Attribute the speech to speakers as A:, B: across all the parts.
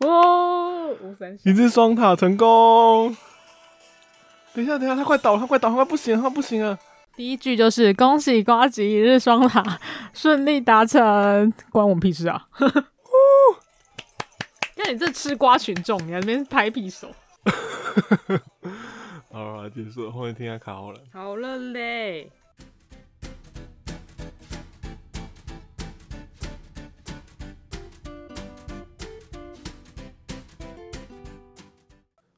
A: 哦三小
B: 一次双塔成功。等一下，等一下，他快倒了，他快倒了，他快不行了，他不行啊了。
A: 第一句就是恭喜瓜吉一日双塔顺利达成，关我们屁事 啊！看你这吃瓜群众，你还在那边拍屁手。
B: 好了，结束了，后面听下卡好了。
A: 好了嘞，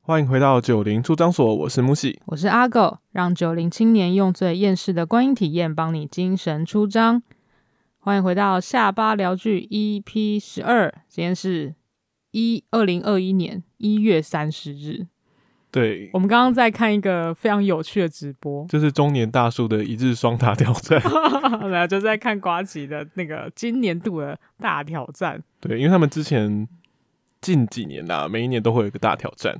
B: 欢迎回到九零出张所，我是木喜。
A: 我是阿狗，让九零青年用最厌世的观影体验帮你精神出张。欢迎回到下巴聊剧 EP 十二，今天是一二零二一年一月三十日。
B: 对
A: 我，们刚刚在看一个非常有趣的直播，
B: 这是中年大叔的一日双塔挑战。
A: 然后就在看瓜吉的那个今年度的大挑战。
B: 对，因为他们之前近几年啦、每一年都会有一个大挑战，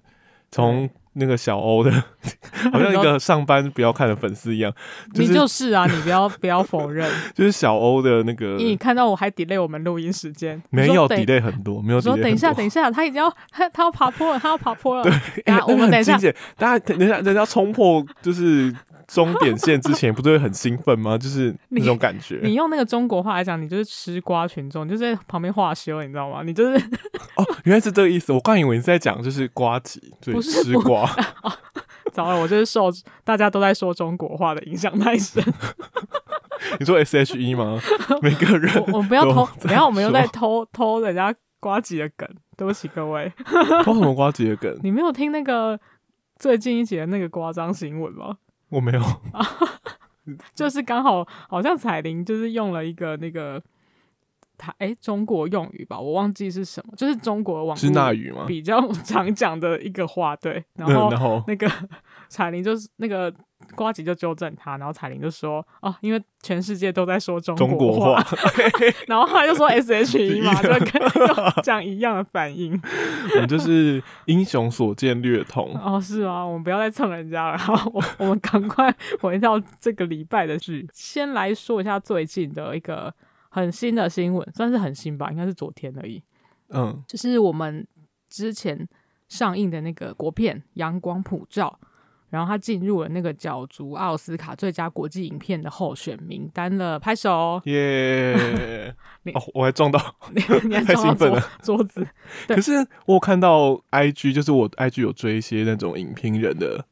B: 从那个小欧的， 好像一个上班不要看的粉丝一样，就
A: 你
B: 是
A: 就是啊，你不要不要否 认，
B: 就是小欧的那个
A: 因为你看到我还 delay 我们录音时间，
B: 没有
A: 我说等
B: delay 很多，没有
A: 我
B: delay
A: 说
B: 很多。
A: 等一下，等一下，他已经要他他要爬坡了，他要爬坡了。
B: 哎
A: 啊我们等一下，
B: 那个很惊险大家等一下，人家冲破就是终点线之前，不是会很兴奋吗？就是那种感觉
A: 你用那个中国话来讲，你就是吃瓜群众，你就在旁边画休，你知道吗？你就是
B: 哦，原来是这个意思。我刚以为你是在讲就是瓜吉，对
A: 不，是
B: 吃瓜。
A: 糟了，我就是受大家都在说中国话的影响太深。
B: 你说 S H E 吗？每个人
A: 我我们不要偷
B: 都，在
A: 等一下我们又在
B: 说
A: 偷偷人家瓜吉的梗，对不起各位，
B: 偷什么瓜吉的梗？
A: 你没有听那个最近一集的那个夸张新闻吗？
B: 我没有。
A: 就是刚好好像彩铃就是用了一个那个台哎、中国用语吧，我忘记是什么，就是中国网
B: 支那
A: 络
B: 语吗？
A: 比较常讲的一个话，对， 然
B: 嗯
A: 后
B: 然后
A: 那个彩铃就是那个瓜吉就纠正他，然后彩铃就说哦，因为全世界都在说中
B: 中
A: 国
B: 国话，
A: 然后他就说 S H E 嘛，就
B: 就一样
A: 跟就讲一样的反应。
B: 我们就是英雄所见略 同。
A: 哦，是吗？我们不要再蹭人家了，然后我我们赶快回到这个礼拜的剧，先来说一下最近的一个很新的新闻，算是很新吧，应该是昨天而已，
B: 嗯，
A: 就是我们之前上映的那个国片《阳光普照》，然后它进入了那个角逐奥斯卡最佳国际影片的候选名单了，拍手 哦！
B: 耶、
A: 你
B: 哦，我还撞到，
A: 你你还
B: 太
A: 撞到
B: 兴奋
A: 桌
B: 了
A: 桌 子，对
B: 可是我有看到 IG，就是我 IG 有追一些那种影评人的，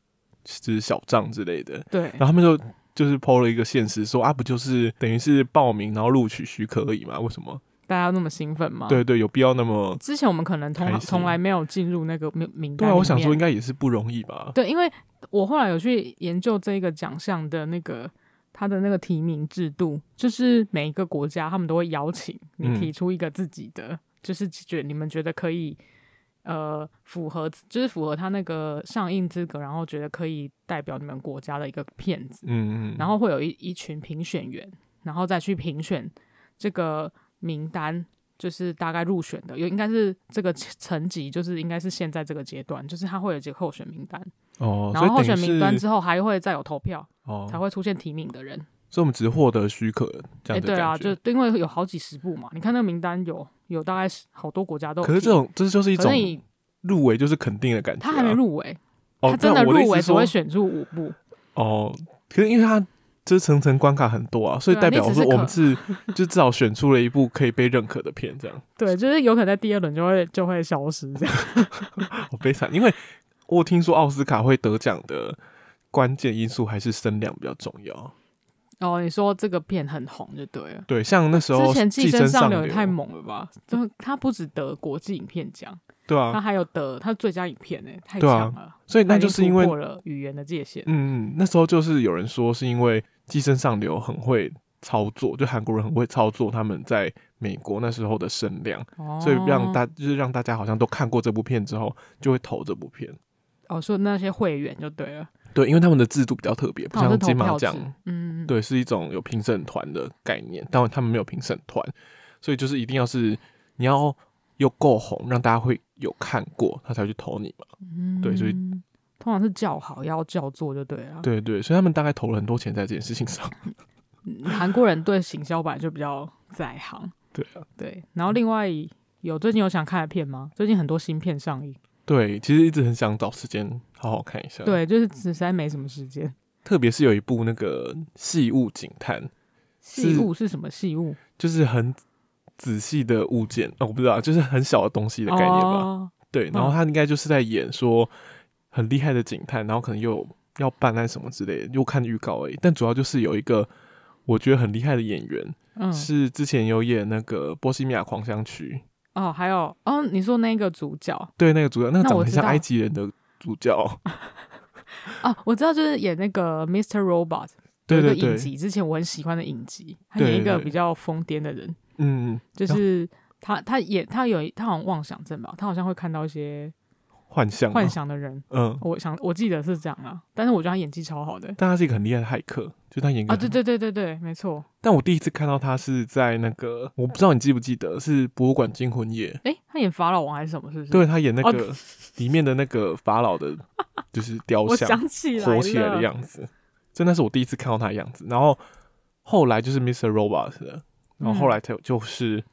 B: 就是小账之类的，
A: 对
B: 然后他们就就是 PO 了一个现实说啊，不就是等于是报名然后录取许可而已嘛？为什么？
A: 大家那么兴奋吗？。
B: 对对，有必要那么？
A: 之前我们可能从
B: 开心
A: 从来没有进入那个名名单
B: 对
A: 里面，
B: 啊，我想说应该也是不容易吧。
A: 对，因为我后来有去研究这个奖项的那个它的那个提名制度，就是每一个国家他们都会邀请你
B: 嗯
A: 提出一个自己的，就是觉你们觉得可以呃符合，就是符合他那个上映资格，然后觉得可以代表你们国家的一个片子，
B: 嗯嗯，
A: 然后会有一一群评选员，然后再去评选这个名单。就是大概入选的，有应该是这个层级，就是应该是现在这个阶段，就是它会有几个候选名单，
B: 哦，
A: 然后候
B: 所以
A: 选
B: 等于
A: 名单
B: 是
A: 之后还会再有投票，
B: 哦，
A: 才会出现提名的人。
B: 所以我们只获得许可这
A: 哎、
B: 样的
A: 对啊，
B: 感
A: 就
B: 觉。
A: 因为有好几十部嘛，你看那个名单有有大概是好多国家都有提。
B: 可是这种这就是一
A: 可
B: 种
A: 是你
B: 入围就是肯定的感觉啊、
A: 他还没入围，
B: 哦，
A: 他真的
B: 那我意
A: 入
B: 思
A: 围只
B: 是说
A: 会选出五部。
B: 哦，可是因为他这层层关卡很多啊，所以
A: 对啊
B: 代表
A: 你只
B: 说
A: 是
B: 我们
A: 可
B: 是 就至少选出了一部可以被认可的片，这样
A: 对，就是有可能在第二轮就会就会消失 这样。
B: 好悲哦惨。因为我听说奥斯卡会得奖的关键因素还是声量比较重要。
A: 哦，你说这个片很红就对了。
B: 对，像那时候
A: 之前《寄
B: 寄生
A: 上
B: 上
A: 流》也太猛了吧！就是他不止得国际影片奖，
B: 对
A: 他
B: 啊，
A: 还有得他最佳影片呢、太
B: 对啊
A: 强了。
B: 所以那
A: 它已
B: 就
A: 经
B: 是因
A: 突
B: 为
A: 破了语言的界限。
B: 嗯，那时候就是有人说是因为寄生上流很会操作，就韩国人很会操作他们在美国那时候的声量，
A: 哦，
B: 所以让大就是让大家好像都看过这部片之后就会投这部片。
A: 哦说那些会员就对了。
B: 对，因为他们的制度比较特别，不
A: 他好像
B: 像
A: 是
B: 金
A: 哦投
B: 马
A: 票
B: 奖
A: 制，嗯，
B: 对，是一种有评审团的概念，当然他们没有评审团，所以就是一定要是你要又够红，让大家会有看过，他才会去投你嘛。对所以
A: 嗯通常是叫好要叫座就对了。
B: 对对，所以他们大概投了很多钱在这件事情上。
A: 嗯，韩国人对行销版就比较在行。
B: 对啊，
A: 对，然后另外有最近有想看的片吗？最近很多新片上映，
B: 对，其实一直很想找时间好好看一下。，
A: 对，就是实在没什么时间。
B: 特别是有一部那个《细物警探》，
A: 细物是什么细物？
B: 就是很仔细的物件，哦，我不知道，就是很小的东西的概念吧。
A: 哦
B: 对，然后他应该就是在演说很厉害的警探，然后可能又有要办案什么之类的，又看预告而已。但主要就是有一个我觉得很厉害的演员，
A: 嗯，
B: 是之前有演那个《波西米亚狂想曲》
A: 哦，还有哦，你说那个主角
B: 对那个主角，那个
A: 那
B: 长
A: 我
B: 得很
A: 知
B: 像
A: 道啊
B: 埃及人的主角，
A: 哦，我知道，就是演那个 Mr. Robot 有
B: 对
A: 一个
B: 对
A: 影
B: 对，
A: 集，之前我很喜欢的影集，他
B: 对
A: 演一个
B: 对
A: 比较疯癫的人，
B: 嗯，
A: 就是他他演他有一他好像妄想症吧，他好像会看到一些
B: 幻象嘛，
A: 幻想的人，
B: 嗯，
A: 我想我记得是这样啊，但是我觉得他演技超好的
B: 但他是一个很厉害的骇客，就他演一个
A: 啊，对对对对对，没错，
B: 但我第一次看到他是在那个，我不知道你记不记得，是《博物馆惊魂夜》
A: 诶，他演法老王还是什么？是不是？
B: 对他演那
A: 哦
B: 个、里面的那个法老的，就是雕
A: 我
B: 像
A: 想起来
B: 活起来的
A: 了
B: 样子，真的是我第一次看到他的样子。然后后来就是 Mr. Robot 了，然后后来才有就是《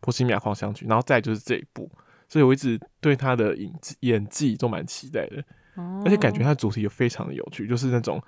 B: 波西米亚狂想曲》，然后再就是这一部，所以我一直对他的演技演技都蛮期待的。
A: 哦
B: 而且感觉它的主题也非常的有趣，就是那种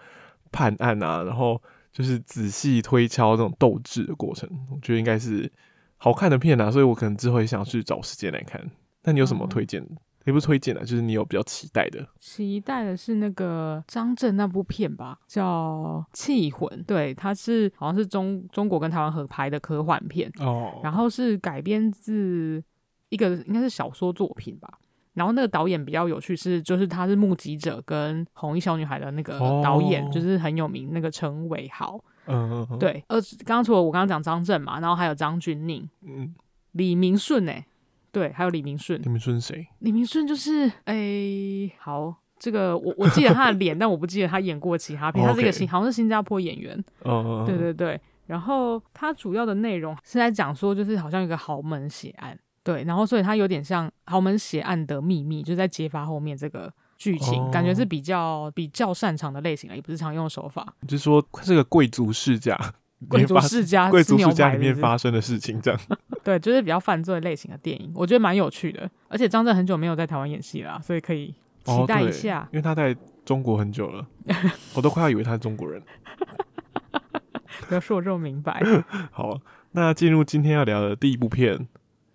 B: 判案啊，然后就是仔细推敲这种斗智的过程，我觉得应该是好看的片啊，所以我可能之后也想去找时间来看。那你有什么
A: 嗯
B: 推荐？也不是推荐啊，就是你有比较期待的
A: 期待的是那个张震那部片吧，叫《气魂》，对，它是好像是中中国跟台湾合拍的科幻片，
B: 哦
A: 然后是改编自一个应该是小说作品吧。然后那个导演比较有趣是，就是他是《目击者》跟《红衣小女孩》的那个导演，
B: 哦
A: 就是很有名那个陈伟豪。
B: 嗯嗯嗯，
A: 对，呃，刚刚除了我刚刚讲张震嘛，然后还有张钧甯、
B: 嗯，
A: 李明顺哎、对，还有李明顺
B: 你，们说是谁？
A: 李明顺就是诶、好，这个我我记得他的 脸，但我不记得他演过其他片。
B: 哦
A: 他是一个
B: OK
A: 新，好像是新加坡演员。
B: 嗯，嗯
A: 对，对对。然后他主要的内容是在讲说，就是好像有一个豪门血案，对，然后所以他有点像《豪门血案的秘密》，就是在揭发后面这个剧情，
B: 哦
A: 感觉是比较比较擅长的类型了，也不是常用的手法。
B: 你是说是个贵族 世家，
A: 贵族
B: 里面发
A: 世家，
B: 贵
A: 吃
B: 族
A: 牛
B: 世家
A: 排
B: 里 面
A: 是不是
B: 发生的事 情这样？
A: 对，就是比较犯罪类型的电影，我觉得蛮有趣的。而且张震很久没有在台湾演戏了，啊所以可以期
B: 哦
A: 待一
B: 对
A: 下。
B: 因为他在中国很久了，我都快要以为他是中国人了。
A: 不要说我这么明白。
B: 好，那进入今天要聊的第一部片，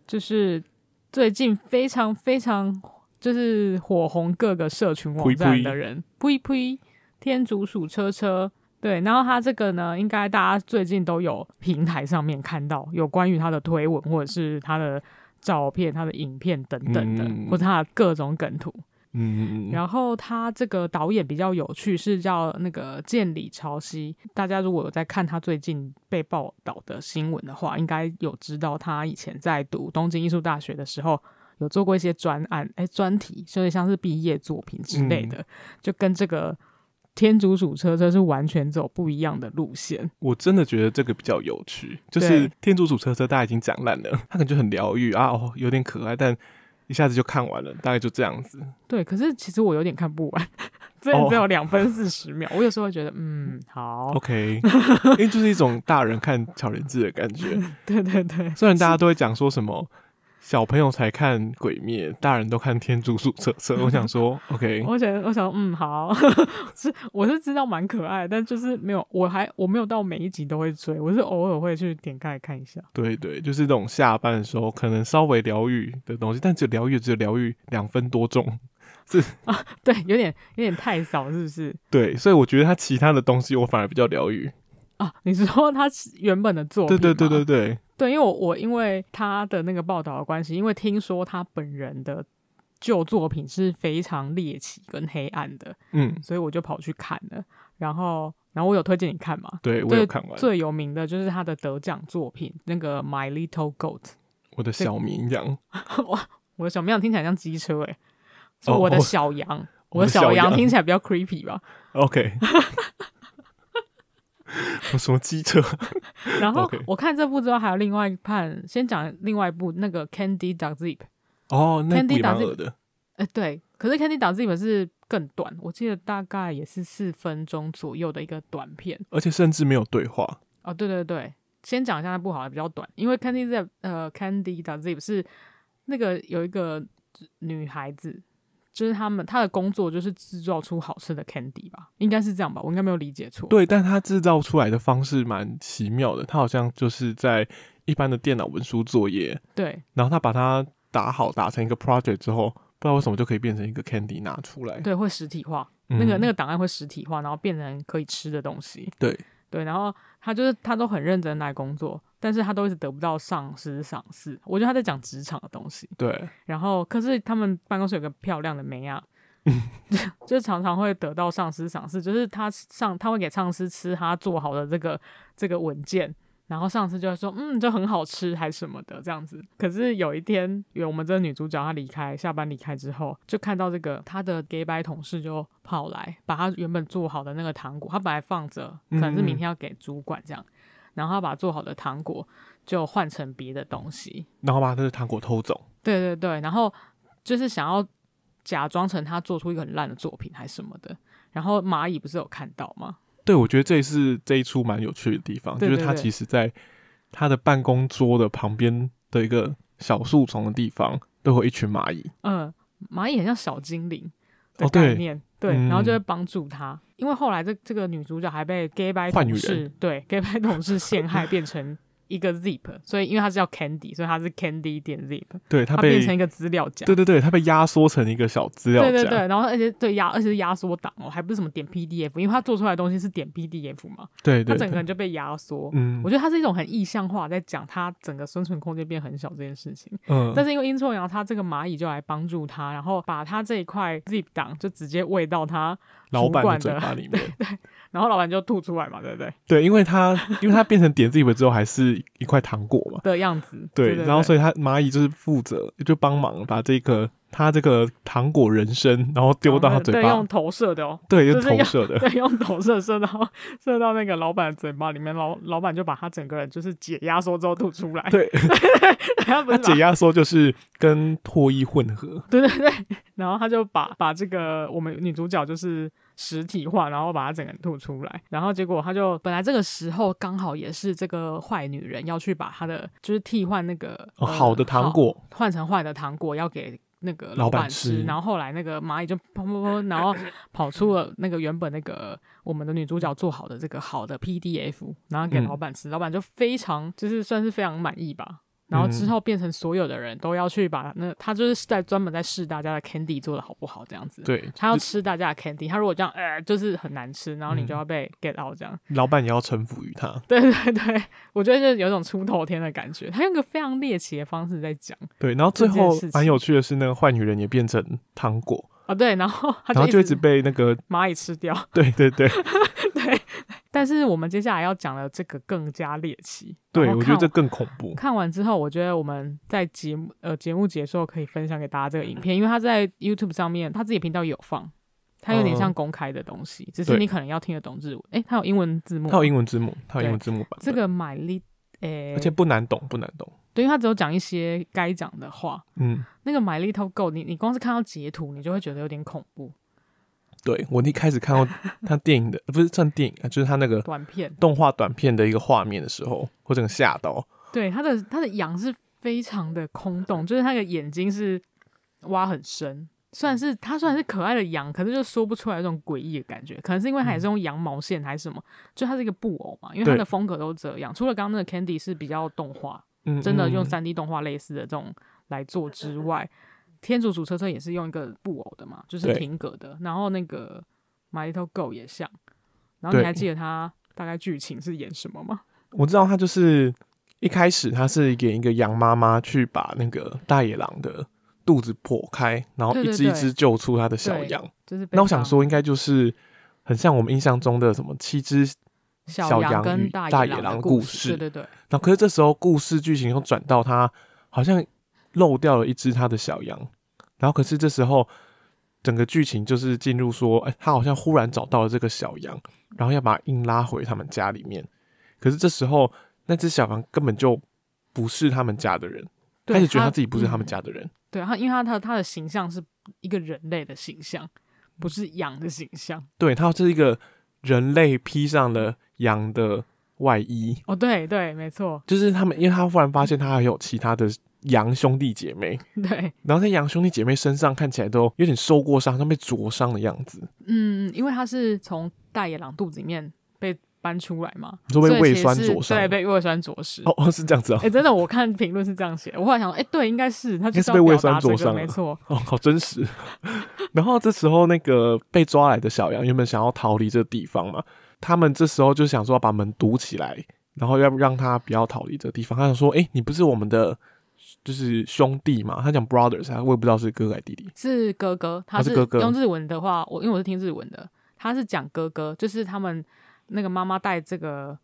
A: 就是最近非常非常就是火红各个社群网站的人，呸呸，天竺鼠车车。对，然后它这个呢，应该大家最近都有平台上面看到有关于它的推文，或者是它的照片、它的影片等等的，
B: 嗯
A: 或者它的各种梗图。
B: 嗯嗯嗯，
A: 然后他这个导演比较有趣，是叫那个建里朝夕。大家如果有在看他最近被报道的新闻的话，应该有知道他以前在读东京艺术大学的时候，有做过一些专案，哎，专题，所以像是毕业作品之类的，就跟这个天竺鼠车车是完全走不一样的路线。
B: 我真的觉得这个比较有趣，就是
A: 对
B: 《天竺鼠车车》大家已经讲烂了，它感觉很疗愈啊，哦，有点可爱，但一下子就看完了，大概就这样子。
A: 对，可是其实我有点看不完， 真的只有两分四十秒。我有时候会觉得，嗯，好，
B: OK，因为就是一种大人看小人志的感觉。
A: 对对对，
B: 虽然大家都会讲说什么小朋友才看《鬼灭》，大人都看《天竺鼠车车》，我想 说 OK，
A: 我觉得，我想，嗯，好， 是我是知道蛮可爱，但就是没有，我还我没有到每一集都会追，我是偶尔会去点开来看一下。
B: 对对，就是这种下班的时候可能稍微疗愈的东西，但只有疗愈只有疗愈两分多钟。
A: 对，有点有点太少，是不是？
B: 对，所以我觉得他其他的东西我反而比较疗愈。
A: 啊，你是说他原本的作品
B: 对
A: 吗？
B: 对对对对，
A: 对，因为我我因为他的那个报道的关系，因为听说他本人的旧作品是非常猎奇跟黑暗的，
B: 嗯，
A: 所以我就跑去看了。然后，然后我有推荐你看嘛？
B: 对我
A: 最
B: 有看完
A: 最有名的就是他的得奖作品，那个《My Little Goat》。
B: 我的小绵羊，
A: 我的小绵羊听起来像机车哎、欸，是
B: 哦
A: 我的
B: 我
A: 小羊，
B: 我
A: 我的
B: 的小
A: 小羊
B: 羊
A: 听起来比较 creepy 吧。
B: OK，我什么机车？
A: 然后
B: OK
A: 我看这部之后，还有另外一判，先讲另外一部那个 Candy Dog Zip，
B: 哦，那
A: Candy
B: 部也蛮
A: 打字
B: 恶的，
A: 哎、对，可是 Candy Dog Zip 是更短，我记得大概也是四分钟左右的一个短片。
B: 而且甚至没有对话。
A: 哦，对对对，先讲一下那部好了，比较短，因为 Candy Zip 呃 Candy Dog Zip 是那个有一个女孩子。就是他们他的工作就是制造出好吃的 candy 吧，应该是这样吧，我应该没有理解错。
B: 对，但它制造出来的方式蛮奇妙的，它好像就是在一般的电脑文书作业，
A: 对
B: 然后它把它打好打成一个 project 之后，不知道为什么就可以变成一个 candy 拿出来。
A: 对，会实体化，那个
B: 嗯
A: 那个档案会实体化，然后变成可以吃的东西。
B: 对
A: 对，然后他就是他都很认真来工作，但是他都一直得不到上司赏识。我觉得他在讲职场的东西。
B: 对，
A: 然后，可是他们办公室有个漂亮的梅亚， 就常常会得到上司赏识，就是他上他会给上司吃他做好的这个这个文件，然后上司就会说嗯，这很好吃还什么的这样子。可是有一天，有我们这个女主角她离开下班离开之后，就看到这个她的 gay 白同事就跑来，把她原本做好的那个糖果，她本来放着，可能是明天要给主管这样，然后她把做好的糖果就换成别的东西，
B: 然后把它的糖果偷走。
A: 对对对，然后就是想要假装成他做出一个很烂的作品还是什么的。然后蚂蚁不是有看到吗？
B: 对，我觉得这也是这一出蛮有趣的地方，
A: 对
B: 就是
A: 对
B: 他
A: 对
B: 其实在他的办公桌的旁边的一个小树丛的地方，都有一群蚂蚁。
A: 嗯，蚂蚁很像小精灵的
B: 哦
A: 概
B: 对
A: 念，对
B: 嗯
A: 然后就会帮助他。因为后来这这个女主角还被 gay 白
B: 换女
A: 同事对 gay 白同事陷害，变成一个 zip，所 以因为它是叫 candy，所以它是 candy 点 zip，
B: 对，他
A: 它
B: 被
A: 变成一个资料夹。
B: 对对对，他被压缩成一个小资料夹。
A: 对对对，然后而且对压，而且是压缩档哦，还不是什么点 PDF，因为它做出来的东西是点 PDF 嘛，
B: 对
A: 它整
B: 对
A: 个
B: 对
A: 人就被压缩。
B: 嗯
A: 我觉得它是一种很意象化，在讲它整个生存空间变很小这件事情。
B: 嗯，
A: 但是因为阴错阳差，这个蚂蚁就来帮助他，然后把他这一块 zip 档就直接喂到他，
B: 老板的
A: 主
B: 嘴
A: 管的
B: 巴里面。
A: 然后老板就吐出来嘛，对不对？
B: 对，因为他因为他变成点自己之后，还是一块糖果嘛。
A: 的样子。
B: 对，
A: 对，
B: 然后所
A: 以
B: 以他蚂蚁就是负责就帮忙把这个他这个糖果人参，然后丢到他嘴
A: 哦对，
B: 巴
A: 用，投射的哦。
B: 对，
A: 就
B: 就是投
A: 要
B: 射的，
A: 对，用投射射 到射到那个老板的嘴巴里面，老老板就把他整个人就是解压缩之后吐出来。
B: 对，
A: 他不是把
B: 它解压缩就是跟唾液混合，
A: 对对对，然后他就把把这个我们女主角就是实体化，然后把她整个人吐出来，然后结果他就本来这个时候刚好也是这个坏女人要去把她的就是替换那个、呃
B: 哦好的糖果
A: 好换成坏的糖果要给。那个
B: 老板
A: 板吃，
B: 吃
A: 然后后来那个蚂蚁就 砰砰砰，然后跑出了那个原本那个我们的女主角做好的这个好的 PDF，然后给
B: 嗯
A: 老板吃，老板就非常就是算是非常满意吧，然后之
B: 嗯
A: 后变成所有的人都要去把那他就是在专门在试大家的 candy 做的好不好这样子。，
B: 对，
A: 他要吃大家的 candy，他如果这样呃就是很难吃，然后你
B: 嗯
A: 就要被 get out 这样。
B: 老板也要臣服于他，
A: 对对对，我觉得就是有一种出头天的感觉。他用一个非常猎奇的方式在讲
B: 对，然后最
A: 这件
B: 后
A: 事情
B: 蛮有趣的是，那个坏女人也变成糖果，
A: 啊，对，然后他
B: 然后
A: 就
B: 就
A: 一
B: 一直被那个，
A: 蚂蚁吃掉。
B: 对对对
A: 对，但是我们接下来要讲的这个更加猎奇。
B: 对
A: 然，后
B: 我觉得
A: 看
B: 这更恐怖，
A: 看完之后，我觉得我们在节目呃节目结束后可以分享给大家这个影片，因为它在 YouTube 上面，它自己频道有放，它有点像公开的东西，只是
B: 嗯对
A: 你可能要听得懂日文。诶，它有英文字幕，
B: 它有英文字幕，它有
A: 对
B: 英文字幕版
A: 这
B: 本，
A: 个买力，诶、
B: 而且不难懂，不难懂，
A: 对，因为它只有讲一些该讲的话。
B: 嗯，
A: 那个 My Little Go，你你光是看到截图，你就会觉得有点恐怖。
B: 对我一开始看到他电影的， 不是算电影啊，就是他那个
A: 短片，
B: 动画短片的一个画面的时候，我整个吓到，
A: 对它的它的羊是非常的空洞，就是它的眼睛是挖很深，虽然是它虽然是可爱的羊，可是就说不出来那种诡异的感觉，可能是因为它也是用羊毛线还是什么，就它是一个布偶嘛，因为它
B: 嗯对
A: 的风格都这样。除了刚刚那个 Candy 是比较动画，
B: 嗯，
A: 真的
B: 嗯
A: 用
B: 嗯
A: 三 D 动画类似的这种来做之外，天竺鼠车车也是用一个布偶的嘛，就是
B: 对
A: 停格的。然后那个 My Little Go 也像，然后你
B: 对
A: 还记得它大概剧情是演什么吗？
B: 嗯我知道他就是一开始他是演一个羊妈妈去把那个大野狼的肚子破开，然后
A: 对
B: 一
A: 对
B: 只一
A: 对
B: 只救出他的小
A: 对
B: 羊。
A: 就是被
B: 那我想
A: 当
B: 说，应该就是很像我们印象中的什么七只，
A: 小
B: 小
A: 羊
B: 羊
A: 跟
B: 与
A: 大
B: 大野
A: 狼的
B: 狼
A: 故
B: 故
A: 事，
B: 事
A: 对对对，
B: 然后可是这时候故事剧情又转到他好像漏掉了一只他的小羊，然后可是这时候整个剧情就是进入说，哎、他好像忽然找到了这个小羊，然后要把它硬拉回他们家里面，可是这时候那只小羊根本就不是他们家的人，
A: 对
B: 开始觉得
A: 它
B: 他自己不是他们
A: 嗯
B: 家的人，
A: 对，他因为他他他的形象是一个人类的形象，不是羊的形象。
B: 对他是一个人类披上了羊的外衣，
A: 哦，对对，没错，
B: 就是他们，因为他忽然发现他还有其他的羊兄弟姐妹，
A: 对，
B: 然后在羊兄弟姐妹身上看起来都有点受过伤，像被灼伤的样子。
A: 嗯，因为他是从大野狼肚子里面被搬出来嘛，
B: 你说被
A: 所以
B: 胃
A: 其实
B: 酸
A: 是
B: 灼伤
A: 对，被胃酸灼伤。
B: 哦哦，是这样子啊
A: 哎、，真的，我看评论是这样写，我后来想说，哎、对，应该是他
B: 应该
A: 就是是
B: 被
A: 要
B: 胃
A: 表
B: 酸
A: 达这
B: 灼
A: 个，
B: 伤
A: 没
B: 了
A: 错，
B: 哦，好真实。 然后这时候那个被抓来的小羊原本想要逃离这个地方嘛，他们这时候就想说要把门堵起来，然后要不让他不要逃离这个地方。他想说，哎、你不是我们的就是兄弟嘛？他讲 brothers，啊我也不知道是哥哥还是弟弟。
A: 是哥哥，
B: 他
A: 他
B: 哦是
A: 是
B: 哥哥
A: 用日文的话，我因为我是听日文的，他是讲哥哥，就是他们那个妈妈带这个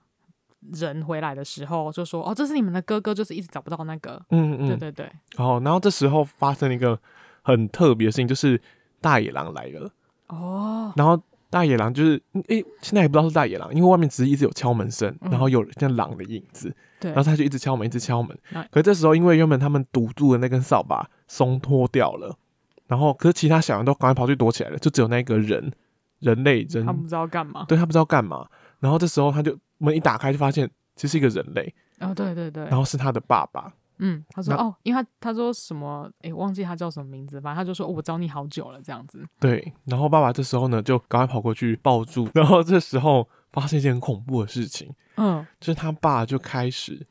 A: 人回来的时候，就说哦，这是你们的哥哥，就是一直找不到那个，
B: 嗯嗯，
A: 对对对，
B: 哦，然后这时候发生了一个很特别的事情，就是大野狼来了。
A: 哦，
B: 然后大野狼就是，诶、现在也不知道是大野狼，因为外面只是一直有敲门声，
A: 嗯
B: 然后有像狼的影子，
A: 对
B: 然后他就一直敲门，一直敲门
A: 然后。
B: 可是这时候，因为原本他们堵住的那根扫把松脱掉了，然后可是其他小羊都赶快跑去躲起来了，就只有那个人，人类人
A: 他，不知道干嘛，
B: 嗯对他不知道干嘛。然后这时候他就门一打开就发现这是一个人类，
A: 哦，对对对
B: 然，后是他的爸爸。
A: 嗯，他说
B: 那
A: 哦，因为他他说什么，诶，忘记他叫什么名字，反正他就说、哦我找你好久了这样子，
B: 对，然后爸爸这时候呢就赶快跑过去抱住，然后这时候发生一件很恐怖的事情。
A: 嗯，
B: 就是他爸就开始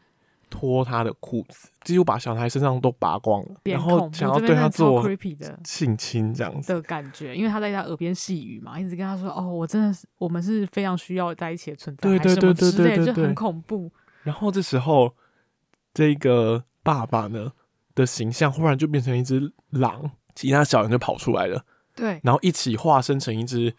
B: 脱他的裤子，几乎把小男孩身上都拔光了，
A: 变
B: 然
A: 恐
B: 后
A: 怖，
B: 想要
A: 这边
B: 对
A: 真
B: 他
A: 的超
B: 做
A: creepy 的，
B: 性侵这样子。
A: 的感觉，因为他在他耳边细语嘛，一直跟他说：“哦，我真的是，我们是非常需要在一起的存在，
B: 对
A: 还是
B: 对
A: 什么
B: 对对
A: 之类的
B: 对对
A: 就
B: 对
A: 很恐怖。
B: 然后这时候，这个爸爸呢的形象忽然就变成一只狼，其他小人就跑出来了，
A: 对，
B: 然后一起化身成一只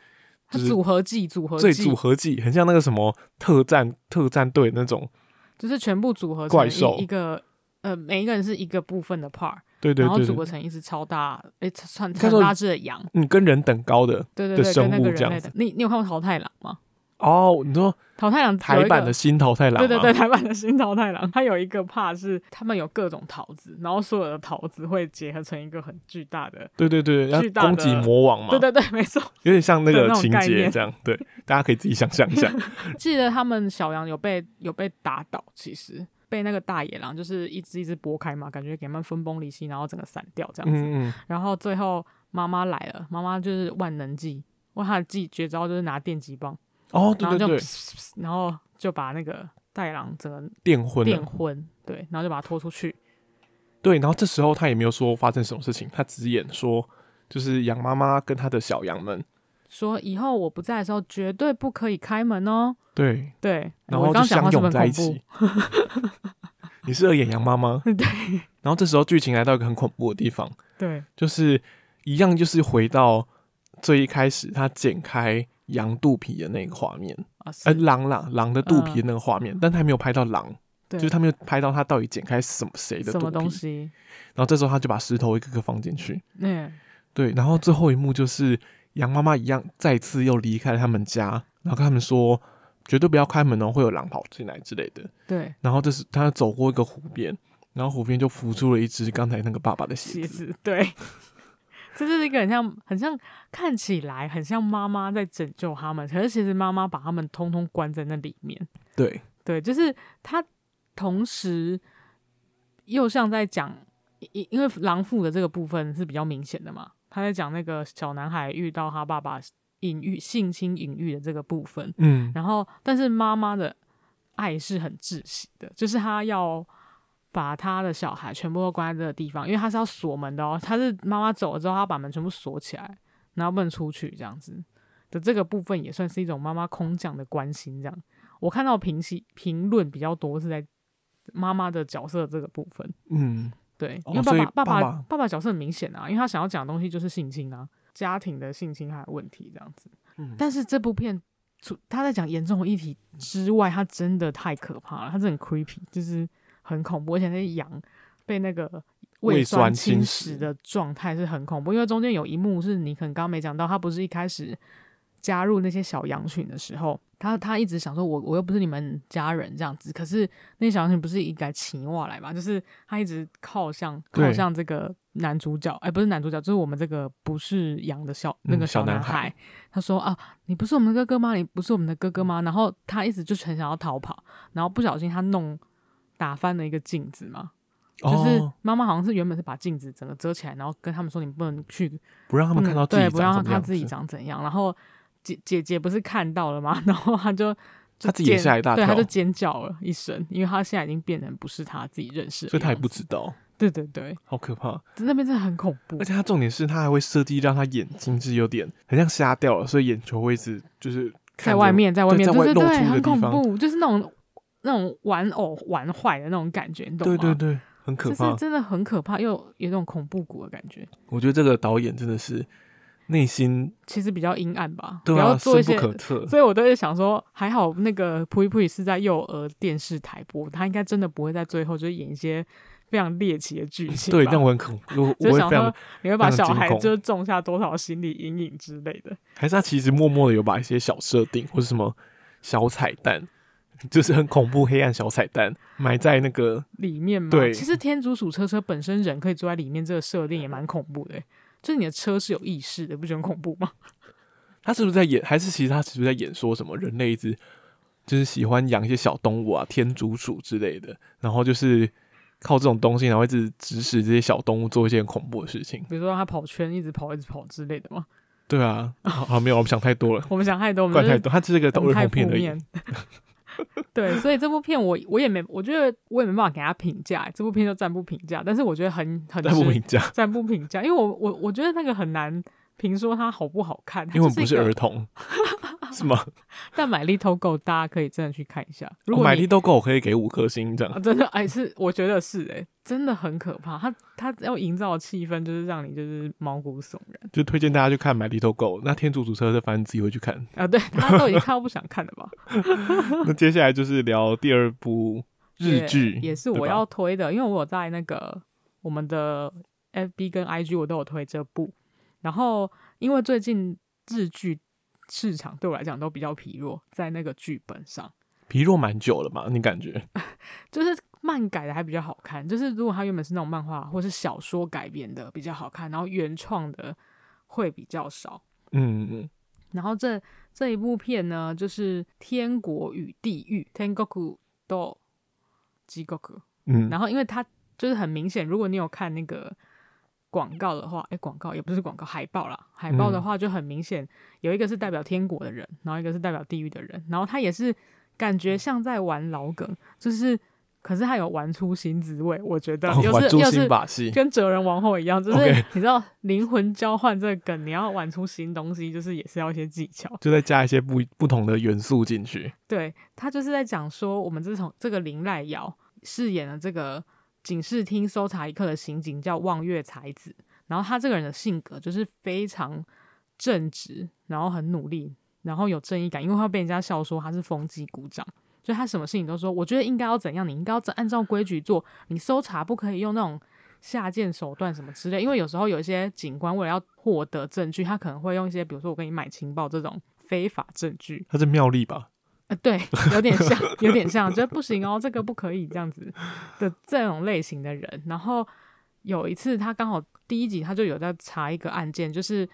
A: 他
B: 嗯就是
A: 组合技，组合
B: 最
A: 技
B: 组合技，很像那个什么特战特战队那种。
A: 就是全部组合成
B: 怪
A: 一
B: 兽
A: 一个，呃，每一个人是一个部分的 part，
B: 对对
A: 然后
B: 对
A: 组
B: 对，
A: 合成一只超大，诶，很
B: 该说
A: 很大只的羊，
B: 嗯，跟人等高的
A: 对对
B: 的
A: 对，
B: 生
A: 跟那个
B: 物这
A: 人
B: 样
A: 类的。你你有看过《桃太郎》吗？
B: 哦，你说
A: 《桃太郎》有
B: 台
A: 一
B: 版
A: 个
B: 的新桃太郎
A: 对
B: 吗？
A: 对对，台版的新桃太郎，它有一个怕是他们有各种桃子，然后所有的桃子会结合成一个很巨大的，
B: 对对对，要
A: 巨大
B: 攻击
A: 的
B: 魔王嘛，
A: 对对对，没错，
B: 有点像那
A: 的
B: 个
A: 那种
B: 情
A: 概
B: 节
A: 念
B: 这样，对，大家可以自己想象 一下。
A: 记得他们小羊有被有被打倒，其实被那个大野狼就是一只一只拨开嘛，感觉给他们分崩离析，然后整个散掉这样子。
B: 嗯嗯，
A: 然后最后妈妈来了，妈妈就是万能技，哇，她的技绝招就是拿电击棒，
B: 哦，
A: 然
B: 对
A: 后就
B: 对对，
A: 噗噗噗然后就把那个大野狼整个
B: 电昏
A: 电
B: 了，
A: 昏，对，然后就把他拖出去。
B: 对，然后这时候他也没有说发生什么事情，他只演说就是羊妈妈跟他的小羊们，
A: 说以后我不在的时候，绝对不可以开门哦。
B: 对，
A: 对，
B: 然
A: 我
B: 后就
A: 刚讲话
B: 相
A: 是不
B: 拥
A: 是
B: 在
A: 很
B: 一
A: 恐怖
B: 起。。 你适合演羊妈妈。
A: 对
B: 然后这时候剧情来到一个很恐怖的地方，
A: 对，
B: 就是一样，就是回到最一开始他剪开羊肚皮的那个画面，
A: 啊，
B: 呃，
A: 是
B: 狼啦，狼的肚皮的那个画面，但他没有拍到狼，
A: 嗯对
B: 就是他没有拍到他到底剪开什么谁的
A: 什
B: 肚
A: 么
B: 皮
A: 东。西？
B: 然后这时候他就把石头一个个放进去，
A: 嗯，
B: 对。然后最后一幕就是羊妈妈一样再次又离开了他们家，然后跟他们说绝对不要开门哦，会有狼跑进来之类的。
A: 对，
B: 然后这是他走过一个湖边，然后湖边就浮出了一只刚才那个爸爸的
A: 鞋
B: 鞋子。
A: 子，对， 这就是一个很像，很像，看起来很像妈妈在拯救他们，可是其实妈妈把他们通通关在那里面。
B: 对，
A: 对，就是他同时又像在讲，因因为狼父的这个部分是比较明显的嘛，他在讲那个小男孩遇到他爸爸隐喻性侵隐喻的这个部分，
B: 嗯，
A: 然后，但是妈妈的爱是很窒息的，就是她要把她的小孩全部都关在这个地方，因为她是要锁门的哦。她是妈妈走了之后，她把门全部锁起来，然后不能出去这样子的这个部分也算是一种妈妈空降的关心。这样，我看到评析评论比较多是在妈妈的角色这个部分，
B: 嗯，
A: 对，
B: 哦
A: 因为爸
B: 所以
A: 爸、爸
B: 爸爸
A: 爸爸爸角色很明显啊，因为他想要讲的东西就是性侵啊，家庭的性侵害问题这样子。
B: 嗯
A: 但是这部片除他在讲严重的议题之外，他真的太可怕了，他真的很 creepy，就是很恐怖，而且那羊被那个
B: 胃
A: 胃
B: 酸
A: 酸
B: 侵
A: 侵
B: 蚀
A: 蚀的状态是很恐怖，因为中间有一幕是你可能刚刚没讲到，他不是一开始加入那些小羊群的时候，他他一直想说我我又不是你们家人这样子，可是那小羊群不是一改起我来嘛，就是他一直靠向
B: 对
A: 靠向这个男主角，哎、不是男主角，就是我们这个不是羊的小那
B: 嗯
A: 个
B: 小
A: 小
B: 男
A: 男
B: 孩
A: 孩，他说啊，你不是我们的哥哥吗？你不是我们的哥哥吗？然后他一直就是很想要逃跑，然后不小心他弄打翻了一个镜子嘛，就是
B: 哦、
A: 妈妈好像是原本是把镜子整个遮起来，然后跟他们说你不能去，
B: 不让他们看到
A: 嗯
B: 自己
A: 对，
B: 长
A: 不
B: 什么样
A: 让
B: 子，
A: 他自己长怎样。然后姐姐姐不是看到了吗？然 后她就就
B: 她自己也
A: 尖
B: 吓一大
A: 对，她就
B: 跳
A: 尖叫了一声，因为她现在已经变成不是她自己认识的样子，
B: 所以他也不知道，
A: 对对对，
B: 好可怕。
A: 那边真的很恐怖
B: 而。且他重点是他还会设计让他眼睛是有点很像瞎掉了，所以眼球会一直就是
A: 在
B: 看着
A: 外面，在外面，
B: 对在外
A: 对对
B: 露
A: 对，
B: 出的
A: 很
B: 地
A: 恐
B: 方
A: 怖，就是那种那种玩偶玩坏的那种感觉，你懂
B: 对
A: 吗？
B: 对对，很可
A: 就是
B: 怕。
A: 真的很可怕，又有那种恐怖谷的感觉。
B: 我觉得这个导演真的是内心
A: 其实比较阴暗吧，
B: 对
A: 不
B: 啊
A: 要做
B: 深
A: 一
B: 不
A: 些。
B: 可测，
A: 所以我都会想说，还好那个《普一普一》是在幼儿电视台播，他应该真的不会在最后就是演一些非常猎奇的剧情吧。
B: 对，让我很恐怖，我
A: 就
B: 我会
A: 想
B: 非常
A: 说，你会把
B: 非常
A: 小
B: 惊
A: 孩
B: 恐
A: 就是种下多少心理阴影之类的。
B: 还是他其实默默的有把一些小设定或是什么小彩蛋，就是很恐怖黑暗小彩蛋埋在那个
A: 里面吗？
B: 对
A: 其实天竺鼠车车本身人可以坐在里面，这个设定也蛮恐怖的欸、就是你的车是有意识的，不觉得很恐怖吗？
B: 他是不是在演？还是其实他是不是在演说什么人类一直就是喜欢养一些小动物啊，天竺鼠之类的，然后就是靠这种东西，然后一直指使这些小动物做一些很恐怖的事情。
A: 比如说让它跑圈，一直跑，一直跑之类的嘛。
B: 对啊，好，好没有，我们想太 多了，
A: 我们想太多，我们
B: 怪
A: 就是
B: 太多。他只是个
A: 我
B: 导
A: 们
B: 儿
A: 太
B: 童
A: 负
B: 片而已
A: 面。。 对，所以这部片我我也没，我觉得我也没办法给他评价，这部片就暂不评价。但是我觉得很很
B: 但不
A: 值
B: 评价，
A: 暂不评价，因为我我我觉得那个很难评说它好不好看，它
B: 因为我们
A: 就
B: 不
A: 是
B: 是
A: 一个
B: 儿童，是吗？
A: 但买力偷购大家可以真的去看一下。 如
B: 我
A: 果
B: 哦买
A: 你
B: 力豆够，我可以给五颗星这
A: 啊，
B: 样。
A: 真的哎，是我觉得是哎、真的很可怕。他他要营造的气氛就是让你就是毛骨悚然
B: 就推荐大家去看买力豆够。那天竺鼠车车，反正自己会 去看。
A: 啊！对，他都已经看到不想看了吧？
B: 那接下来就是聊第二部日
A: 也
B: 剧，
A: 也是
B: 对
A: 我
B: 吧
A: 要推的，因为我有在那个我们的 FB 跟 IG 我都有推这部，然后因为最近日剧市场对我来讲都比较疲弱，在那个剧本上，
B: 疲弱蛮久了嘛？你感觉？
A: 就是漫改的还比较好看，就是如果它原本是那种漫画或是小说改编的比较好看，然后原创的会比较少。
B: 嗯嗯。
A: 然后这这一部片呢，就是《天国与地狱》（Tengoku do j i g o k u
B: 嗯，
A: 然后因为它就是很明显，如果你有看那个广告的话，哎，广告也不是广告，海报啦，海报的
B: 嗯
A: 话就很明显，有一个是代表天国的人，然后一个是代表地狱的人，然后他也是感觉像在玩老梗，就是可是他有玩出新滋味，我觉得
B: 哦
A: 又
B: 玩
A: 是
B: 珠
A: 又
B: 心
A: 是
B: 把戏，
A: 跟哲人王后一样，就是
B: OK
A: 你知道灵魂交换这个梗，你要玩出新东西，就是也是要一些技巧。
B: 就再加一些不不同的元素进去。
A: 对他就是在讲说，我们自从这个林濑遥饰演了这个警视厅搜查一课的刑警叫望月才子，然后他这个人的性格就是非常正直，然后很努力，然后有正义感，因为他被人家笑说他是风纪股长。就他什么事情都说，我觉得应该要怎样，你应该要按照规矩做，你搜查不可以用那种下贱手段什么之类，因为有时候有一些警官为了要获得证据，他可能会用一些，比如说我跟你买情报这种非法证据，
B: 它是妙丽吧？
A: 呃，对，有点像，有点像，觉得不行哦，这个不可以这样子的这种类型的人。然后有一次，他刚好第一集他就有在查一个案件，就是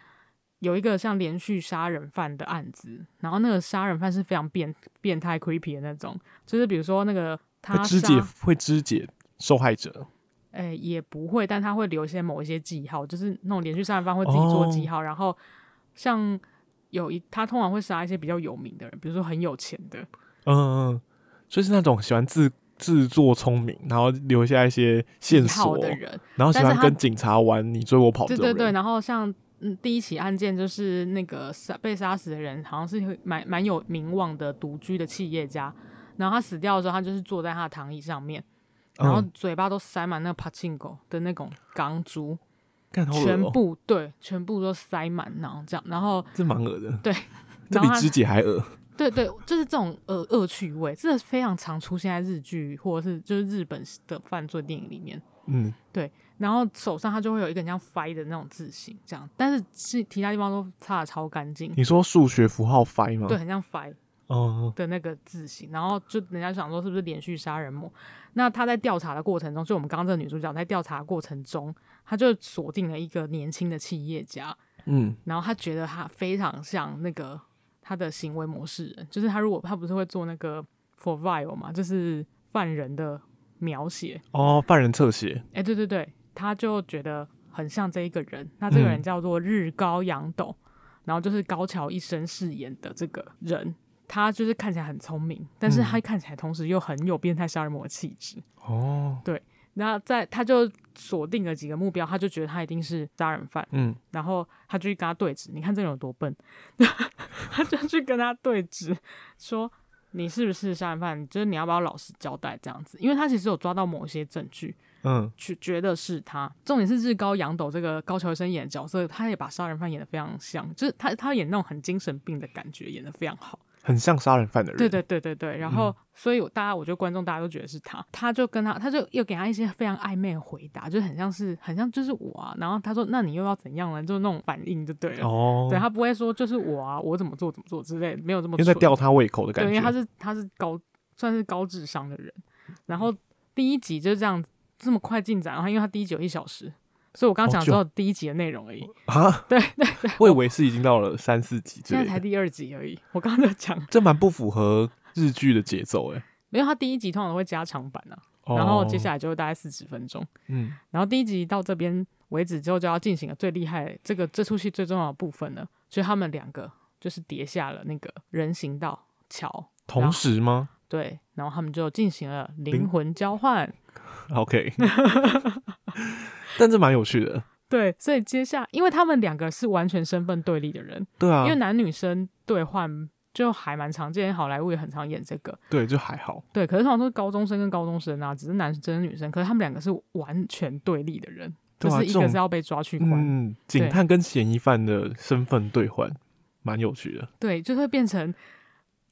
A: 有一个像连续杀人犯的案子，然后那个杀人犯是非常变变态 creepy 的那种，就是比如说那个他
B: 它哎肢
A: 杀
B: 解会肢解受害者，
A: 诶、也不会，但他会留一些某一些记号，就是那种连续杀人犯会自己做
B: 哦
A: 记号，然后像有一他通常会杀一些比较有名的人，比如说很有钱的，
B: 嗯嗯，嗯所以是那种喜欢自自作聪明，然后留下一些线
A: 记号
B: 索，
A: 的人，
B: 然后喜
A: 但
B: 欢
A: 是它
B: 跟警察玩你追我跑这
A: 对
B: 种
A: 对
B: 人。
A: 对，然后像嗯第一起案件就是那个杀被杀死的人，好像是会蛮蛮有名望的独居的企业家，然后他死掉的时候，他就是坐在他的躺椅上面，然后
B: 嗯，
A: 嘴巴都塞满那个帕沁狗的那种钢珠，
B: 干好恶哦
A: 全部对，全部都塞满，然后这样，然后
B: 这蛮恶的，
A: 对，
B: 这
A: 然
B: 比
A: 后他
B: 肢解还恶。
A: 对对，就是这种恶恶趣味，真的非常常出现在日剧或者是就是日本的犯罪电影里面。
B: 嗯，
A: 然后手上他就会有一个很像掰的那种字形，这样，但是其其他地方都擦的超干净，
B: 你说数学符号 phi 吗？
A: 对，，很像掰
B: 嗯，
A: 的那个字形。然后就人家想说是不是连续杀人魔？那他在调查的过程中，就我们刚刚这个女主角在调查的过程中，她就锁定了一个年轻的企业家，
B: 嗯，
A: 然后她觉得他非常像那个他的行为模式人，就是他如果他不是会做那个 for vile 嘛，就是犯人的描写。
B: 哦，犯人侧写，
A: 哎、对对对，他就觉得很像这一个人。那这个人
B: 嗯
A: 叫做日高阳斗，然后就是高桥一生饰演的这个人，他就是看起来很聪明，但是他看起来同时又很有变态杀人魔的气质。
B: 哦，
A: 那在他就锁定了几个目标，他就觉得他一定是杀人犯，
B: 嗯，
A: 然后他就去跟他对峙。你看这人有多笨， 他就去跟他对峙，说你是不是杀人犯？就是你要不要老实交代这样子？因为他其实有抓到某些证据，
B: 嗯，
A: 去觉得是他。重点是日高阳斗这个高桥医生演的角色，他也把杀人犯演的非常像，就是他他演那种很精神病的感觉，演的非常好。
B: 很像杀人犯的人，
A: 对对对对对，
B: 嗯
A: 然后、所以我大家，我觉得观众大家都觉得是他，他就跟他，他就又给他一些非常暧昧的回答，就很像是很像就是我啊，然后他说那你又要怎样呢？就是那种反应就对了，
B: 哦，
A: 对他不会说就是我啊，我怎么做怎么做之类的，没有这么
B: 因为在
A: 蠢
B: 吊他胃口的感
A: 对，
B: 觉，
A: 因为他是他是高算是高智商的人，然
B: 嗯
A: 后第一集就是这样这么快进展，然后因为他第一集有一小时，所以我刚刚
B: 好
A: 讲
B: 久
A: 到第一集的内容而已，
B: 啊，
A: 对
B: 对对，我以为是已经到了三四集之
A: 现在
B: 类
A: 才
B: 的，
A: 第二集而已，我刚刚在讲，
B: 这蛮不符合日剧的节奏哎、
A: 没有他第一集通常都会加长版啊，
B: 哦
A: 然后接下来就大概四十分钟。
B: 嗯，
A: 然后第一集到这边为止之后，就要进行了最厉害这个这出戏最重要的部分了，所以他们两个就是跌下了那个人行道桥，
B: 同时吗
A: 对，然后他们就进行了灵
B: 灵
A: 魂交换，
B: ？OK，但这蛮有趣的，
A: 对，所以接下因为他们两个是完全身份对立的人，
B: 对啊
A: 因为，男女生兑换就还蛮常见，好莱坞也很常演这个，
B: 对，就还好，
A: 对，可是通常都是高中生跟高中生啊，只是男生女生，可是他们两个是完全对立的人，
B: 对啊
A: 就是一
B: 这
A: 个
B: 种
A: 是要被抓去关，
B: 嗯，警探跟嫌疑犯的身份兑换，蛮有趣的，
A: 对，就会变成，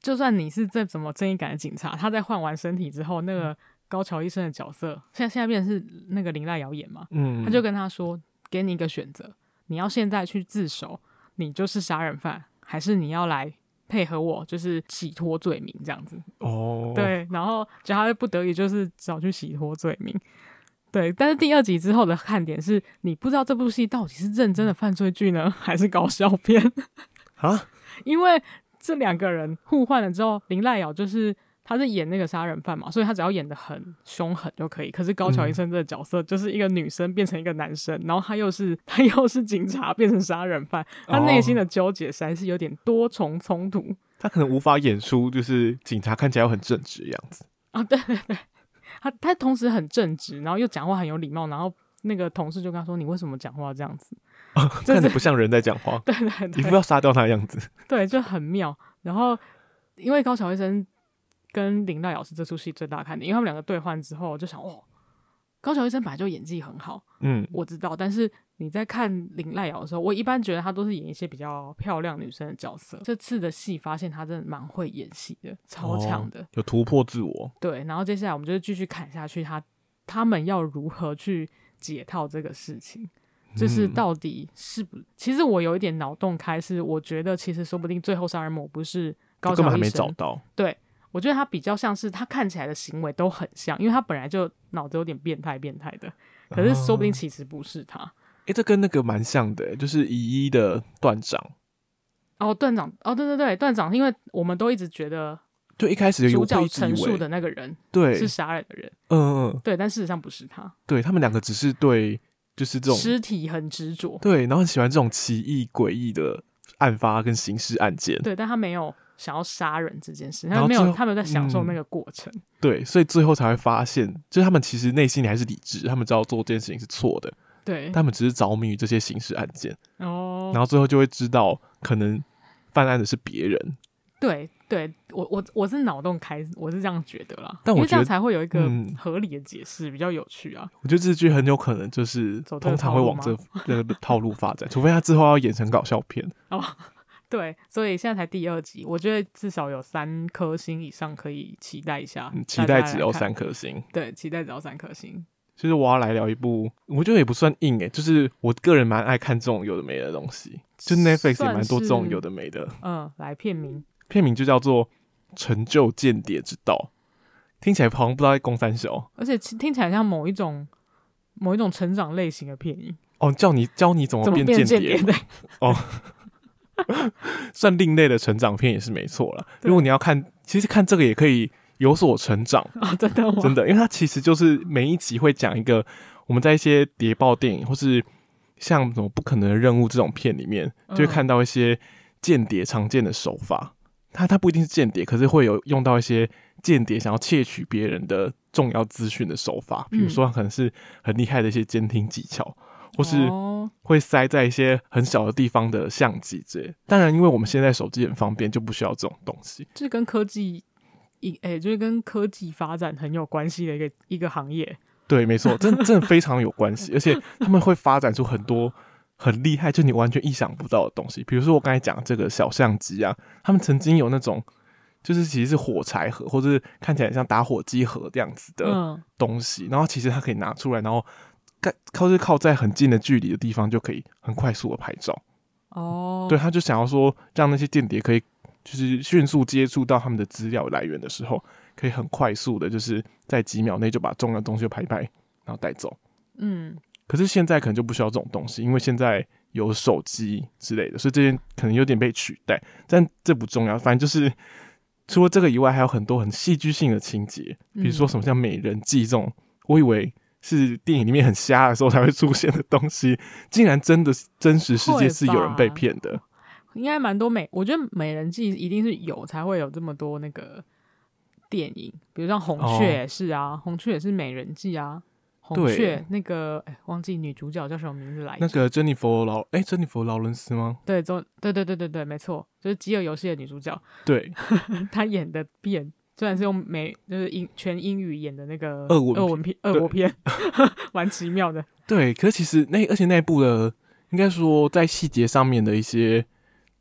A: 就算你是再怎么正义感的警察，他在换完身体之后，那
B: 嗯
A: 个高桥医生的角色，现在现在变成是那个林濑遥演嘛，
B: 嗯，
A: 他就跟他说，给你一个选择，你要现在去自首，你就是杀人犯，还是你要来配合我，就是洗脱罪名这样子。
B: 哦，，
A: 对，然后就他不得已就是只好去洗脱罪名。对，但是第二集之后的看点是你不知道这部戏到底是认真的犯罪剧呢，还是搞笑片。
B: 啊，
A: 因为这两个人互换了之后，林濑遥就是他是演那个杀人犯嘛，所以他只要演的很凶狠就可以。可是高桥医生这个角色就是一个女生变成一个男生，然后他又是他又是警察变成杀人犯，他内心的纠结实在是有点多重冲突。
B: 他可能无法演出就是警察看起来又很正直的样子，
A: 啊，对对对，他他同时很正直，然后又讲话很有礼貌，然后那个同事就跟他说：“你为什么讲话这样子这是，
B: 看着不像人在讲话？”
A: 对 对
B: 一副
A: 对，
B: 要杀掉他的样子，
A: 对，就很妙。然后因为高桥医生跟林大老师这出戏最大的看点，因为他们两个对换之后，我就想哦。高桥医生本来就演技很好，
B: 嗯，
A: 我知道。但是你在看林濑遥的时候，我一般觉得她都是演一些比较漂亮女生的角色。这次的戏发现她真的蛮会演戏的，超强的。
B: 有突破自我，
A: 对，然后接下来我们就继续看下去他，他们要如何去解套这个事情，就是
B: 嗯
A: 到底是不？其实我有一点脑洞开，是我觉得其实说不定最后杀人魔不是高
B: 根
A: 桥
B: 本还
A: 医
B: 没
A: 生
B: 找，到，
A: 我觉得他比较像是他看起来的行为都很像，因为他本来就脑子有点变态变态的，可是说不
B: 哦
A: 定其实不是他。
B: 诶，这跟那个蛮像的、就是乙一的断掌，
A: 哦，段长，哦，对对对，段长，因为我们都一直觉得
B: 就一开始有
A: 主
B: 我会
A: 角
B: 一直以
A: 陈述
B: 为，
A: 的那个人
B: 对，
A: 是杀人的人，
B: 嗯嗯，
A: 对，但事实上不是他，
B: 对他们两个只是对就是这种
A: 尸体很执着，
B: 对，然后很喜欢这种奇异诡异的案发跟刑事案件，
A: 对，但他没有想要杀人这件事，
B: 然
A: 他
B: 后
A: 没
B: 最
A: 有，
B: 后
A: 他没有在享受
B: 嗯
A: 那个过程。
B: 对，所以最后才会发现，就是他们其实内心里还是理智，他们知道做这件事情是错的，
A: 对，
B: 他们只是着迷于这些刑事案件，
A: 哦
B: 然，后最后就会知道可能犯案的是别人，
A: 对对，我我我是脑洞开，我是这样觉得啦，
B: 但我
A: 因为这样
B: 觉得
A: 才会有一个
B: 嗯
A: 合理的解释，比较有趣啊。
B: 我觉得这剧很有可能就是
A: 走这个
B: 通常会往
A: 套
B: 这
A: 路
B: 这个套路发展，除非他之后要演成搞笑片。
A: 对，所以现在才第二集，我觉得至少有三颗星以上可以期待一下
B: 嗯，期待
A: 大家
B: 只
A: 来
B: 要
A: 看，
B: 三颗星。
A: 对，期待只要三颗星。
B: 就是我要来聊一部，我觉得也不算硬诶、欸就是我个人蛮爱看这种有的没的东西，就 Netflix 也蛮多这种有的没的。
A: 嗯，来片名，
B: 片名就叫做《成就间谍之道》，听起来好像不知道在攻三小
A: 而且听听起来像某一种某一种成长类型的片影，
B: 哦，教你教你怎么
A: 怎么
B: 变
A: 变
B: 间
A: 间
B: 谍
A: 谍，的？
B: 算另类的成长片也是没错了。
A: 对
B: 如果你要看，其实看这个也可以有所成长，
A: 哦，真的吗？
B: 真的，因为它其实就是每一集会讲一个我们在一些谍报电影或是像什么不可能的任务这种片里面，就会
A: 嗯
B: 看到一些间谍常见的手法。它它不一定是间谍，可是会有用到一些间谍想要窃取别人的重要资讯的手法，比如
A: 嗯
B: 说它可能是很厉害的一些监听技巧，或是
A: 哦
B: 会塞在一些很小的地方的相机之类。当然，因为我们现在手机很方便，就不需要这种东西。
A: 这跟科技一哎、就是跟科技发展很有关系的一个一个行业。
B: 对，没错，真真的非常有关系，而且他们会发展出很多很厉害，就你完全意想不到的东西。比如说我刚才讲这个小相机啊，他们曾经有那种就是其实是火柴盒，或者是看起来像打火机盒这样子的
A: 嗯，
B: 东西，然后其实它可以拿出来，然后盖靠是靠在很近的距离的地方就可以很快速的拍照。
A: 哦，
B: 对，，他就想要说让那些间谍可以就是迅速接触到他们的资料来源的时候，可以很快速的，就是在几秒内就把重要的东西拍一拍，然后带走。
A: 嗯，
B: 可是现在可能就不需要这种东西，因为现在有手机之类的，所以这些可能有点被取代。但这不重要，反正就是除了这个以外，还有很多很戏剧性的情节，比如说
A: 嗯
B: 什么像美人计这种，我以为。是电影里面很瞎的时候才会出现的东西，竟然真的真实世界
A: 会
B: 是有人被
A: 吧
B: 骗的。
A: 应该蛮多美，我觉得美人计一定是有才会有这么多那个电影，比如像红雀也是啊，红雀也是美人计啊，红
B: 哦对
A: 雀那个哎、忘记女主角叫什么名字来着？
B: 那个珍妮佛劳，哎、珍妮佛劳伦斯吗？
A: 对，中对对对对对，没错，就是《饥饿游戏》的女主角，
B: 对，
A: 她演的片虽然是用美就是英全英语演的那个
B: 俄文片
A: 俄文片俄国片， 蛮奇妙的。
B: 对。可是其实那而且那一部的，应该说在细节上面的一些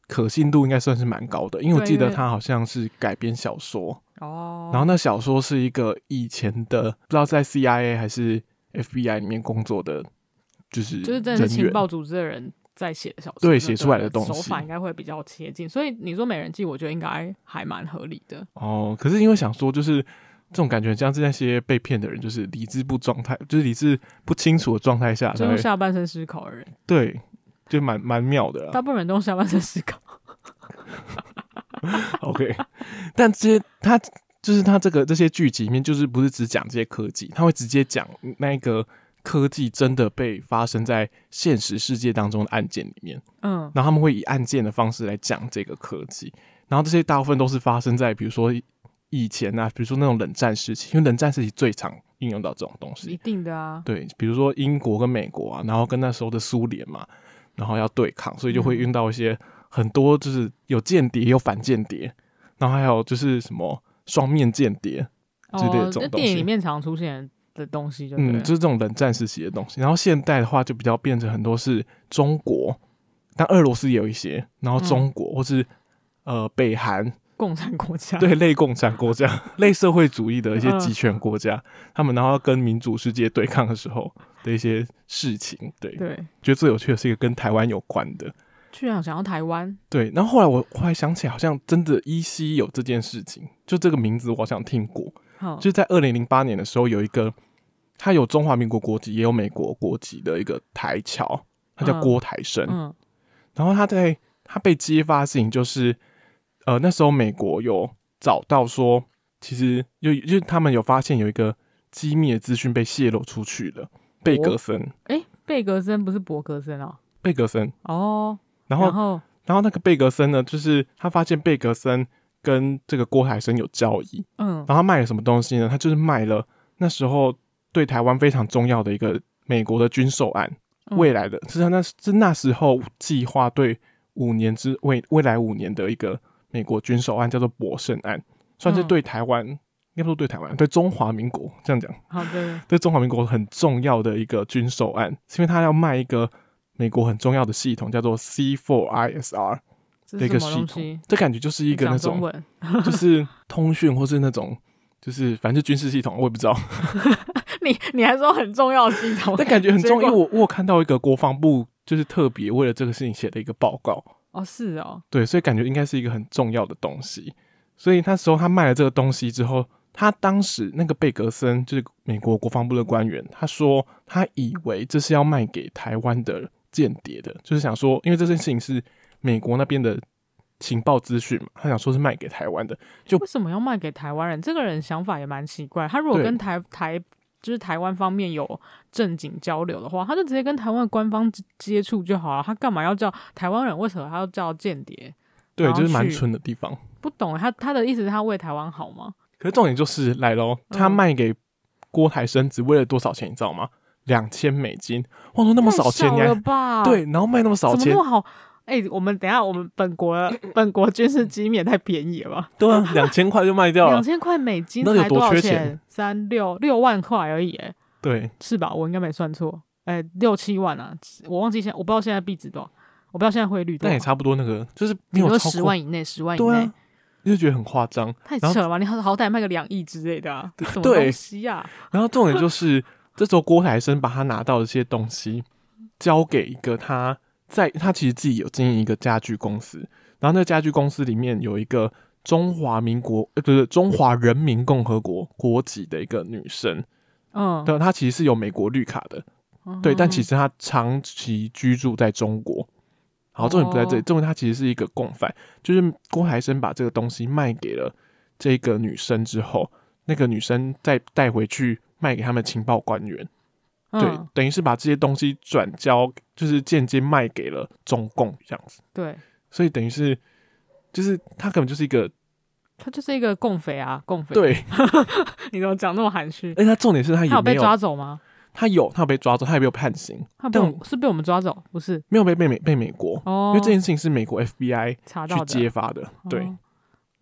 B: 可信度应该算是蛮高的，因为我
A: 对
B: 记
A: 因
B: 得
A: 为
B: 它好像是改编小说，
A: 哦，
B: 然后那小说是一个以前的不知道在 CIA 还是 FBI 里面工作的，就是
A: 就是真
B: 人
A: 的是
B: 员
A: 情报组织的人在写的小说，
B: 对
A: 那
B: 写出来的
A: 个
B: 东西
A: 手法应该会比较贴近，所以你说《美人计》，我觉得应该还蛮合理的。
B: 哦。可是因为想说就是。这种感觉像是那些被骗的人，就是理智不状态，就是理智不清楚的状态下
A: 就
B: 才
A: 用
B: 会，
A: 下半身思考的人，
B: 对，就蛮蛮妙的啦。
A: 大部分人都用下半身思考。
B: OK，但 这些他就是他这个这些剧集里面，就是不是只讲这些科技，他会直接讲那个科技真的被发生在现实世界当中的案件里面，
A: 嗯，
B: 然后他们会以案件的方式来讲这个科技，然后这些大部分都是发生在比如说以前啊，比如说那种冷战时期，因为冷战时期最常应用到这种东西
A: 一，定的啊。
B: 对，比如说英国跟美国啊，然后跟那时候的苏联嘛，然后要对抗，所以就会
A: 嗯
B: 用到一些很多就是有间谍有反间谍，然后还有就是什么双面间谍，之类的
A: 哦
B: 这，种
A: 那
B: 东
A: 电影
B: 西
A: 里面常出现的东西就对
B: 嗯，
A: 了
B: 就是这种冷战时期的东西。然后现代的话就比较变成很多是中国，但俄罗斯也有一些，然后
A: 嗯
B: 中国、或是呃北韩，
A: 共产国家。
B: 对类共产国家、类社会主义的一些
A: 嗯
B: 集权国家，他们然后要跟民主世界对抗的时候的一些事情，对。
A: 对，
B: 觉得最有趣的是一个跟台湾有关的。
A: 居然想要台湾，
B: 对，然后后来我我还想起，好像真的依稀有这件事情，就这个名字我好像听过，
A: 好，
B: 就在二零零八年的时候，有一个他有中华民国国籍，也有美国国籍的一个台侨，他叫
A: 嗯
B: 郭台生。
A: 嗯
B: 然后他在他被揭发的事情就是，呃，那时候美国有找到说，其实就就是他们有发现有一个机密的资讯被泄露出去了，贝格森，
A: 哎，贝格森不是伯格森哦，
B: 贝格森。
A: 哦，
B: 然后
A: 然后
B: 然后那个贝格森呢，就是他发现贝格森跟这个郭台生有交易，
A: 嗯
B: 然后他卖了什么东西呢？他就是卖了那时候对台湾非常重要的一个美国的军售案，
A: 嗯
B: 未来的是他那是那时候计划对五年之未未来五年的一个美国军售案，叫做博胜案，算是
A: 嗯
B: 对台湾，应该不是对台湾，对中华民国这样讲，
A: 好的，
B: 对中华民国很重要的一个军售案，是因为他要卖一个美国很重要的系统，叫做 C4ISR。
A: 这
B: 的
A: 是什么
B: 一个系
A: 东
B: 统
A: 西？。
B: 这感觉就是一个
A: 讲
B: 那
A: 中
B: 种，
A: 文
B: 就是 通讯或是那种，就是反正就军事系统，我也 不知道。
A: 你你还说很重要的系统，
B: 但感觉很重要，
A: 结
B: 因为
A: 果
B: 我我有看到一个国防部就是特别为了这个事情写的一个报告，
A: 哦，是哦，
B: 对，所以感觉应该是一个很重要的东西。所以那时候他卖了这个东西之后，他当时那个贝格森就是美国国防部的官员，他说他以为这是要卖给台湾的间谍的，就是想说，因为这件事情是美国那边的情报资讯嘛，他想说是卖给台湾的，就
A: 为什么要卖给台湾人？这个人想法也蛮奇怪。他如果
B: 对
A: 跟台台就是台湾方面有正经交流的话，他就直接跟台湾的官方接接触就好了。他干嘛要叫台湾人？为什么他要叫间谍？
B: 对，
A: 然后
B: 就是蛮
A: 去
B: 蠢的地方。
A: 不懂他他的意思，是他为台湾好吗？
B: 可是重点就是来喽，他
A: 嗯
B: 卖给郭台生只为了多少钱，你知道吗？两千美金，哇，说那么少钱，
A: 太
B: 你
A: 了
B: 还
A: 吧？，
B: 对，然后卖那么少
A: 怎么
B: 钱
A: 那，么好？哎、我们等一下，我们本国本国军事机密也太便宜了吧？
B: 对 啊，两千块就卖掉
A: 两
B: 了，
A: 千块美金
B: 那有
A: 才
B: 多
A: 多少
B: 缺
A: 钱
B: 钱？
A: 三六六万块而已、哎，
B: 对，
A: 是吧？我应该没算错，哎、六七万啊，我忘记现在我不知道现在币值多少，我不知道现在汇率多
B: 但
A: 少
B: 也，差不多那个，就是
A: 比
B: 没
A: 如
B: 有
A: 说
B: 超
A: 十
B: 过，
A: 万以内，十万以
B: 对
A: 内，
B: 啊，就觉得很夸张。
A: 太
B: 然后
A: 扯了吧？你好好歹卖个两亿之类的、啊，什么
B: 对
A: 东西呀、啊？
B: 然后重点就是这时候郭台生把他拿到的这些东西交给一个他在他其实自己有经营一个家具公司，然后那个家具公司里面有一个中华民国呃不是中华人民共和国国籍的一个女生，
A: 嗯，
B: 对，她其实是有美国绿卡的，
A: 嗯
B: 对，但其
A: 实
B: 实她长期居住在中国。好，重点不在这里，
A: 哦
B: 重点她其实是一个共犯，就是郭台生把这个东西卖给了这个女生之后，那个女生再带回去卖给他们情报官员。对，
A: 嗯
B: 等于是把这些东西转交，就是间接卖给了中共这样子，
A: 对，
B: 所以等于是，就是他可能就是一个
A: 他就是一个共匪啊，共匪。，
B: 对，
A: 你怎么讲那么含蓄？
B: 而且他重点是他也
A: 他有
B: 没
A: 被
B: 有，
A: 抓走吗？
B: 他有他有被抓走，他也没有判刑，
A: 他被我
B: 但
A: 是被我们抓走，不是？
B: 没有被被美被美国，
A: 哦，
B: 因为这件事情是美国 FBI
A: 查到
B: 去
A: 的
B: 揭发的，对
A: 哦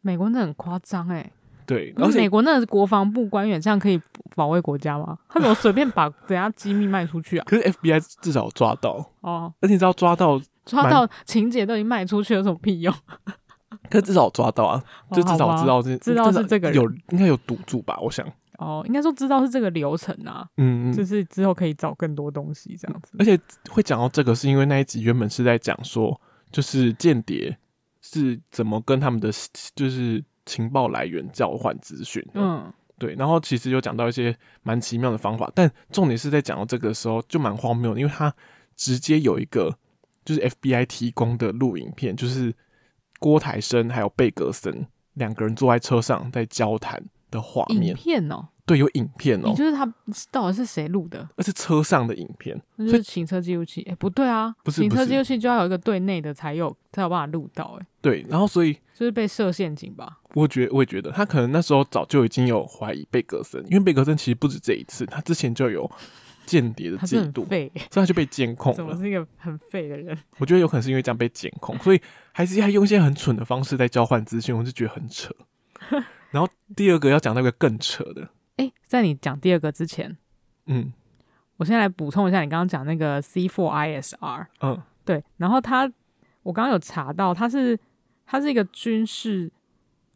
A: 美国那很夸张哎，
B: 对，
A: 那
B: 而
A: 美
B: 且
A: 国那个国防部官员这样可以保卫国家吗？他怎么随便把人家机密卖出去啊？
B: 可是 FBI 至少有抓到，
A: 哦，
B: 而且你知道抓到，
A: 抓
B: 蛮
A: 到情节都已经卖出去，有什么屁用？
B: 可是至少有抓到啊，就
A: 哦
B: 至
A: 好
B: 少
A: 吧
B: 知道这
A: 知道
B: 至
A: 是
B: 少
A: 这个人
B: 有应该有赌注吧，我想，
A: 哦，应该说知道是这个流程啊，
B: 嗯嗯，
A: 就是之后可以找更多东西这样子。
B: 而且会讲到这个，是因为那一集原本是在讲说，就是间谍是怎么跟他们的就是情报来源交换资讯的，
A: 嗯，
B: 对。然后其实有讲到一些蛮奇妙的方法，但重点是在讲到这个的时候就蛮荒谬的，因为他直接有一个就是 FBI 提供的录影片，就是郭台生还有贝格森两个人坐在车上在交谈的画
A: 影
B: 面，
A: 片哦，
B: 对，有影片哦、
A: 也就是他到底是谁录的？
B: 而是车上的影片，
A: 那
B: 以
A: 就是行车记录器，哎、不对啊，
B: 不是
A: 行
B: 不
A: 车
B: 是
A: 记录器就要有一个对内的才有才有办法录到、哎，
B: 对。然后所以
A: 就是被设陷阱吧？
B: 我觉我也觉得他可能那时候早就已经有怀疑贝格森，因为贝格森其实不止这一次，他之前就有间谍的
A: 他
B: 记
A: 是很
B: 录，
A: 废、
B: 所以他就被监控
A: 怎么
B: 了。
A: 是一个很废的人？
B: 我觉得有可能是因为这样被监控，所以还是还用一些很蠢的方式在交换资讯，我就觉得 很扯。然后第二个要讲那个更扯的，
A: 哎、在你讲第二个之前，
B: 嗯
A: 我现在来补充一下你刚刚讲那个 C4ISR，
B: 嗯，
A: 对，然后它我刚刚有查到，它是它是一个军事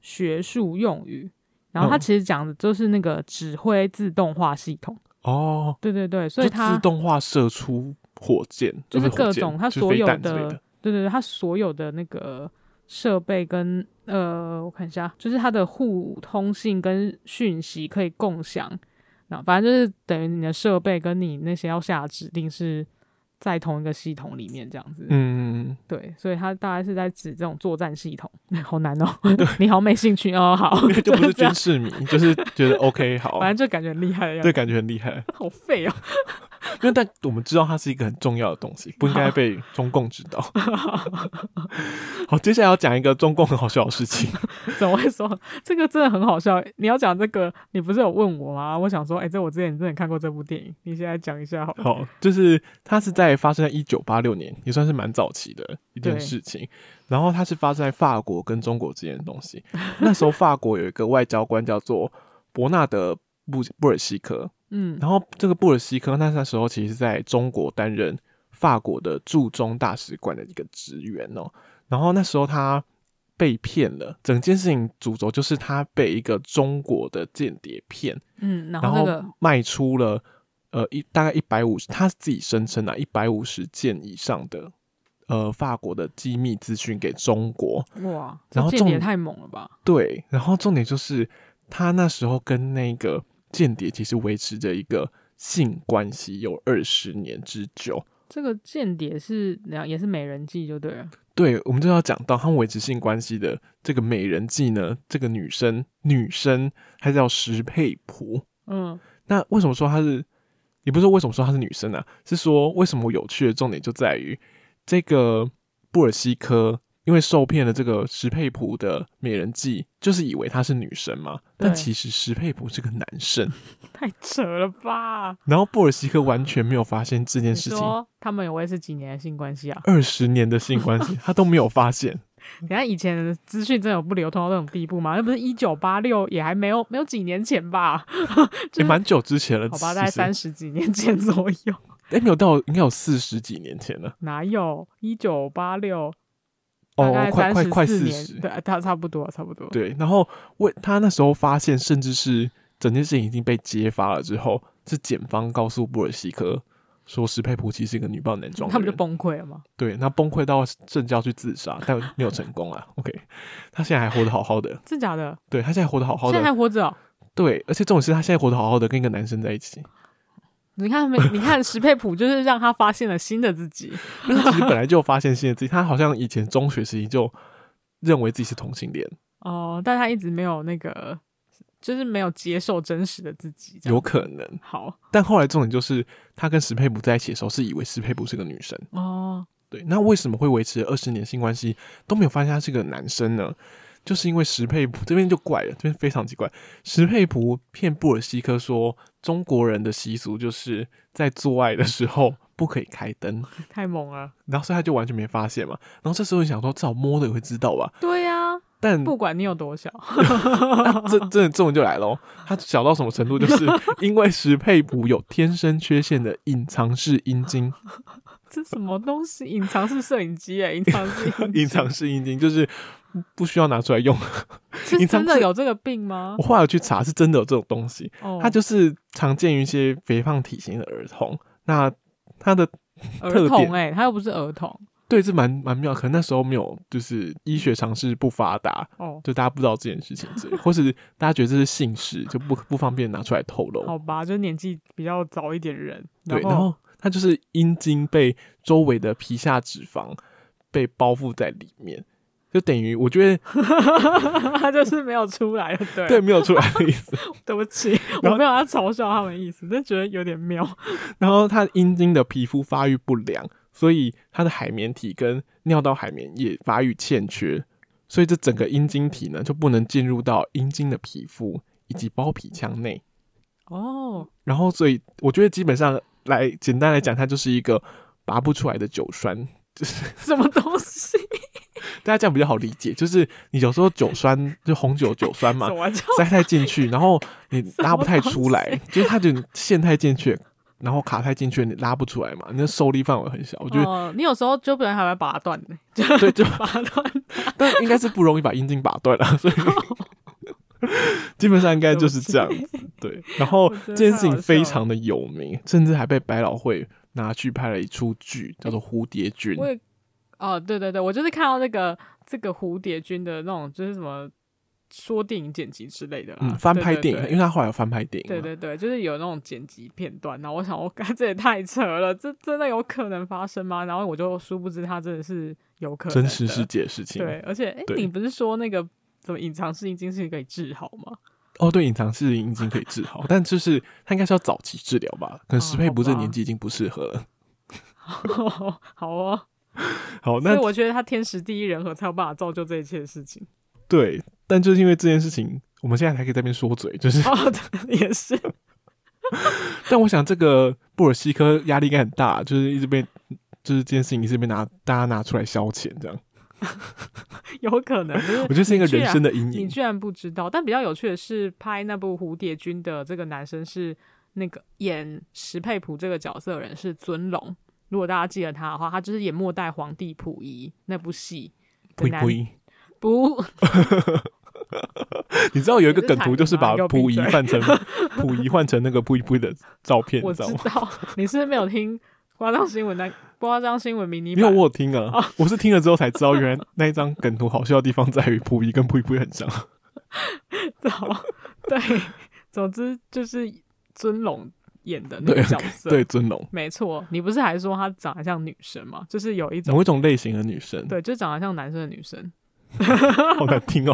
A: 学术用语，然后它
B: 嗯
A: 其实讲的就是那个指挥自动化系统，
B: 哦，
A: 对对对，所以
B: 就
A: 它
B: 自动化射出火箭，
A: 就
B: 不
A: 是
B: 是
A: 各
B: 火箭
A: 种它
B: 就是
A: 所有
B: 飞弹之类
A: 的
B: 的，
A: 对对对，它所有的那个设备跟呃，我看一下，就是它的互通性跟讯息可以共享，那反正就是等于你的设备跟你那些要下的指令是在同一个系统里面这样子。
B: 嗯，
A: 对，所以它大概是在指这种作战系统， 好难哦、 你好没兴趣哦，好，
B: 因嗯 为就不是
A: 这样
B: 军，事迷，就是觉得 OK 好，
A: 反正就感觉很厉害的样
B: 对，
A: 子，
B: 感觉很厉害。
A: 好废哦、
B: 因为但我们知道它是一个很重要的东西，不应该被中共知道。 好，接下来要讲一个中共很好笑的事情。
A: 怎么会说这个真的很好笑？欸你要讲这个，你不是有问我吗？我想说，哎、这我之前真的看过这部电影，你现在讲一下好了。
B: 好，就是它是在发生在一九八六年，也算是蛮早期的一件
A: 对
B: 事情。然后它是发生在法国跟中国之间的东西。那时候法国有一个外交官叫做伯纳德布布尔西科，
A: 嗯
B: 然后这个布尔西科那那时候其实是在中国担任法国的驻中大使馆的一个职员哦、然后那时候他被骗了，整件事情主轴就是他被一个中国的间谍骗，
A: 嗯，然
B: 然
A: 后这
B: 后
A: 个
B: 卖出了呃一大概一百五十，他自己声称啊一百五十件以上的呃法国的机密资讯给中国，
A: 哇，这
B: 然后
A: 间谍
B: 重
A: 太猛了吧？
B: 对，然后重点就是他那时候跟那个间谍其实维持着一个性关系有二十年之久。
A: 这个间谍是怎样也是美人计就对了，
B: 对，我们就要讲到和维持性关系的这个美人计呢，这个女生女生她叫石佩璞。
A: 嗯
B: 那为什么说她是？也不是说为什么说她是女生啊，是说为什么有趣的重点就在于这个布尔西科，因为受骗了这个石佩璞的美人计，就是以为她是女生嘛，但
A: 对
B: 其实石佩璞是个男生。
A: 太扯了吧？
B: 然后布尔西科完全没有发现这件
A: 你
B: 事情，
A: 说他们有维持几年的性关系啊？
B: 二十年的 性关系他都没有发现。
A: 你看以前的资讯真的有不流通到这种地步吗？那不是一九八六，也还没有没有几年前吧？
B: 也蛮久之前了，
A: 好吧，大概
B: 其实
A: 三十几年前左右。
B: 哎、没有到，应该有四十几年前了。
A: 哪有？一九八六，大
B: 哦，
A: 概
B: 快快快
A: 三十
B: 四
A: 年，
B: 十。
A: 对，差差不多，差不多。
B: 对，然后为他那时候发现，甚至是整件事情已经被揭发了之后，是检方告诉布尔西科说石佩普其实是一个女扮男装的
A: 他们就
B: 人。
A: 崩溃了嘛？
B: 对，那崩溃到正就要去自杀，但没有成功啊。OK，他现在还活得好好的，
A: 真假的？
B: 对他现在活得好好
A: 现在
B: 的，
A: 还活着哦、
B: 对，而且重点是他现在活得好好的，跟一个男生在一起。
A: 你看没？你看石佩普就是让他发现了新的自己，
B: 不是，他其实本来就有发现新的自己，他好像以前中学时期就认为自己是同性恋，
A: 哦、但他一直没有那个，就是没有接受真实的自己。这样
B: 有可能。
A: 好
B: 但后来重点就是，他跟石佩普在一起的时候，是以为石佩普是个女生。
A: 哦，
B: 对，那为什么会维持二十年性关系都没有发现他是个男生呢？就是因为石佩普这边就怪了，这边非常奇怪。石佩普骗布尔西科说，中国人的习俗就是在做爱的时候不可以开灯，
A: 太猛了。
B: 然后所以他就完全没发现嘛。然后这时候你想说，至少摸的也会知道吧？
A: 对呀、
B: 但
A: 不管你有多小，
B: 这这这种就来喽。他小到什么程度？就是因为石佩普有天生缺陷的隐藏式阴茎，
A: 这什么东西？隐藏式摄影机哎，隐藏 式影
B: 隐藏式阴茎就是不需要拿出来用。
A: 是
B: 隐藏
A: 真的
B: 式
A: 有这个病吗
B: 我？后来有去查，是真的有这种东西。
A: 哦，
B: 它就是常见于一些肥胖体型的儿童。那它的
A: 儿
B: 特
A: 童
B: 点
A: 哎、他又不是儿童
B: 对是蛮蛮妙，可能那时候没有，就是医学常识不发达，
A: 哦。
B: 就大家不知道这件事情 之类，或是大家觉得这是姓氏，就不不方便拿出来透露。
A: 好吧，就是年纪比较早一点的人，
B: 对，
A: 然
B: 然后它就是阴茎被周围的皮下脂肪被包覆在里面，就等于我觉得
A: 他就是没有出来的，对，
B: 对没有出 啊来的意思。
A: 对不起，我
B: 然后
A: 没有要嘲笑他们的意思，但觉得有点 妙。
B: 然后它阴茎的皮肤发育不良，所以它的海绵体跟尿道海绵也发育欠缺，所以这整个阴茎体呢就不能进入到阴茎的皮肤以及包皮腔内。
A: 哦，
B: 然后，所以我觉得基本上来简单来讲，它就是一个拔不出来的酒栓。
A: 什么东西？
B: 大家这样比较好理解，就是你有时候酒栓就红酒酒栓嘛
A: 什，么叫
B: 塞太进去，然后你拉不太出
A: 什么
B: 来
A: 东，
B: 就是它就陷太进去，然后卡太进去，你拉不出来嘛，你的受力范围很小。我觉得、
A: 哦，你有时候就不然还会把它断呢，就
B: 对，就
A: 把它断。
B: 但应该是不容易把阴茎拔断 啊了，所以基本上应该就是这样子。对，然后
A: 我觉得
B: 这件事情非
A: 太好笑
B: 常的有名，甚至还被百老汇拿去拍了一出剧，叫做《蝴蝶君》。
A: 我也，哦，对对对，我就是看到那个这个蝴蝶君的那种，就是什么说电影剪辑之类的啦，
B: 嗯，翻拍
A: 对
B: 电影，
A: 啊对
B: 因为他后来有翻拍电影嘛，
A: 对对对，就是有那种剪辑片段，然后我想， 我靠，这也太扯了，这真的有可能发生吗？然后我就殊不知，它真的是有可能
B: 真
A: 的
B: 实世界事情。
A: 对，而且哎，
B: 对
A: 你不是说那个怎么隐藏式阴茎是可以治好吗？
B: 哦，对，隐藏式阴茎可以治好，但就是他应该是要早期治疗吧，可
A: 哦
B: 能石佩不这
A: 好吧
B: 年纪已经不适合 了。
A: 好哦，
B: 好，
A: 所
B: 那
A: 以我觉得他天时地利人和才有办法造就这一切事情。
B: 对，但就是因为这件事情，我们现在才可以在那边说嘴，就是，
A: 哦，对也是，
B: 但我想这个布尔西科压力应该很大，就是一直被，就是这件事情一直被拿大家拿出来消遣，这样，
A: 有可能。就是
B: 我觉得是一个
A: 你居
B: 人
A: 然
B: 生的阴
A: 你
B: 影。
A: 居然不知道，但比较有趣的是，拍那部《蝴蝶君》的这个男生是那个演石佩璞这个角色的人是尊龙。如果大家记得他的话，他就是演《末代皇帝溥仪》那部戏
B: 不
A: 的
B: 一
A: 男
B: 不一，
A: 不，
B: 你知道有一个
A: 也是
B: 梗
A: 惨
B: 图，就是
A: 嘛
B: 把
A: 给我闭
B: 溥仪
A: 嘴
B: 换成溥仪换成那个不一不一的照片，
A: 我
B: 你
A: 知
B: 知道吗？
A: 道你是不是没有听夸张新闻那夸张新闻迷你
B: 没有，
A: 版
B: 我有听
A: 哦
B: 啊，我是听了之后才知道，原来那一张梗图好笑的地方在于溥仪跟溥仪不会很像。
A: 道，对，总之就是尊龙演的那个角色。
B: 对尊龙，
A: 没错，你不是还说她长得像女生吗？就是有一种
B: 某一种类型的女生，
A: 对，就长得像男生的女生，
B: 好难听哦、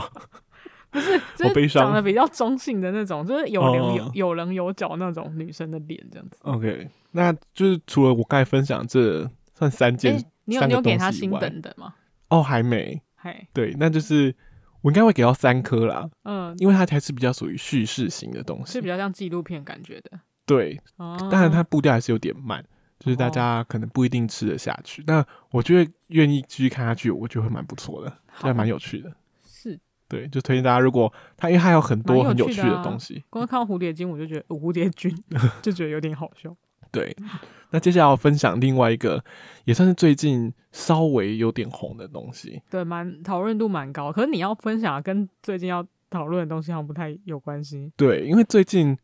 A: 就
B: 好悲
A: 是
B: 伤
A: 长得比较中性的那种，就是有棱有、
B: 哦
A: 有棱有角那种女生的脸这样子。
B: OK，那就是除了我刚才分享这算三件、
A: 诶你有
B: 三
A: 你
B: 个
A: 有给
B: 东
A: 她
B: 西以
A: 星
B: 外
A: 等的吗？
B: 哦，还没
A: 嘿，
B: 对，那就是我应该会给到三颗啦，
A: 嗯，
B: 因为它才是比较属于叙事型的东西
A: 是比。较像纪录片感觉的。
B: 对，
A: 哦，
B: 当然它步调还是有点慢，就是大
A: 哦
B: 家可能不一定吃得下去。但我觉得愿意继续看下去，我觉得会蛮不错的，
A: 好
B: 还蛮有趣的。
A: 是
B: 对，就推荐大家，如果它因为它有很多
A: 蛮有
B: 很有
A: 趣
B: 趣
A: 的
B: 的
A: 啊
B: 东西。
A: 光看到蝴蝶精我就觉得呃蝴蝶君 就觉得有点好笑。
B: 对，
A: 嗯
B: 那接下来要分享另外一个，也算是最近稍微有点红的东西。
A: 对，蛮讨论度蛮高。可是你要分享的跟最近要讨论的东西好像不太有关系。
B: 对，因为最近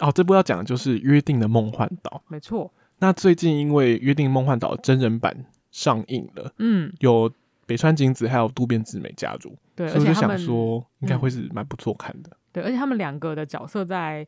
B: 哦，这部要讲的就是《约定的梦幻岛》。
A: 没错，
B: 那最近因为《约定梦幻岛》真人版上映了，
A: 嗯，
B: 有北川景子还有渡边直美加入，
A: 对，而
B: 所以我
A: 且
B: 就
A: 他
B: 想
A: 们
B: 说应该会是蛮不错看的。
A: 对，而且他们两个的角色在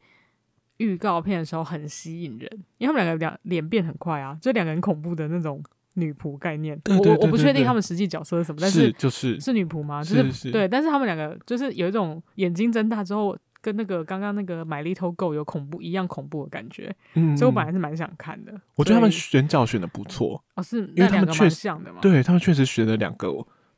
A: 预告片的时候很吸引人，因为他们两个两脸变很快啊，就两个很恐怖的那种女仆概念。
B: 对对
A: 我我
B: 对
A: 我不
B: 对
A: 确定
B: 对
A: 他们实际角色是什么，但
B: 是
A: 是
B: 就是
A: 是女仆吗？就是
B: 是，
A: 对，但是他们两个就是有一种眼睛睁大之后，跟那个刚刚那个《买 Little Go》有恐怖一样恐怖的感觉，
B: 嗯，
A: 所以我本
B: 嗯
A: 来是蛮想看的。
B: 我觉得他们
A: 所以
B: 选角选的不错，
A: 哦是
B: 因
A: 那
B: 为他
A: 两
B: 们
A: 个
B: 确
A: 蛮
B: 实
A: 像的嘛，
B: 对他们确实选了两个，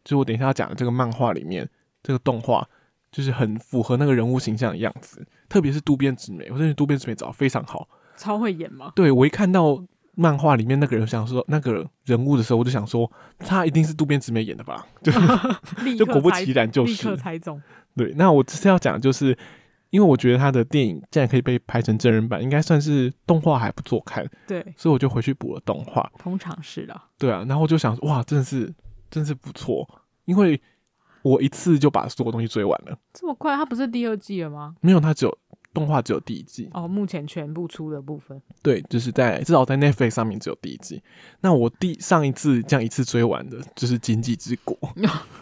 B: 就我等一下要讲的这个漫画里面这个动画。就是很符合那个人物形象的样子，特别是渡边直美，我真的觉得渡边直美找得非常好。
A: 超会演 嘛。
B: 对我一看到漫画里面那个人想说那个人物的时候，我就想说他一定是渡边直美演的吧？ 就
A: 立
B: 就
A: 刻
B: 果不
A: 猜
B: 其然就
A: 立刻
B: 是。
A: 猜中，
B: 对，那我这次要讲的就是，因为我觉得他的电影既然可以被拍成真人版，应该算是动画还不错看，
A: 对，
B: 所以我就回去补了动画。
A: 通常是啦。
B: 对啊，然后我就想说哇，真的是真是不错，因为我一次就把所有东西追完了。
A: 这么快，它不是第二季了吗？
B: 没有，它只有动画只有第一季。
A: 哦，目前全部出的部分，
B: 对，就是在至少在 Netflix 上面只有第一季。那我第上一次这样一次追完的就是《经济之国》，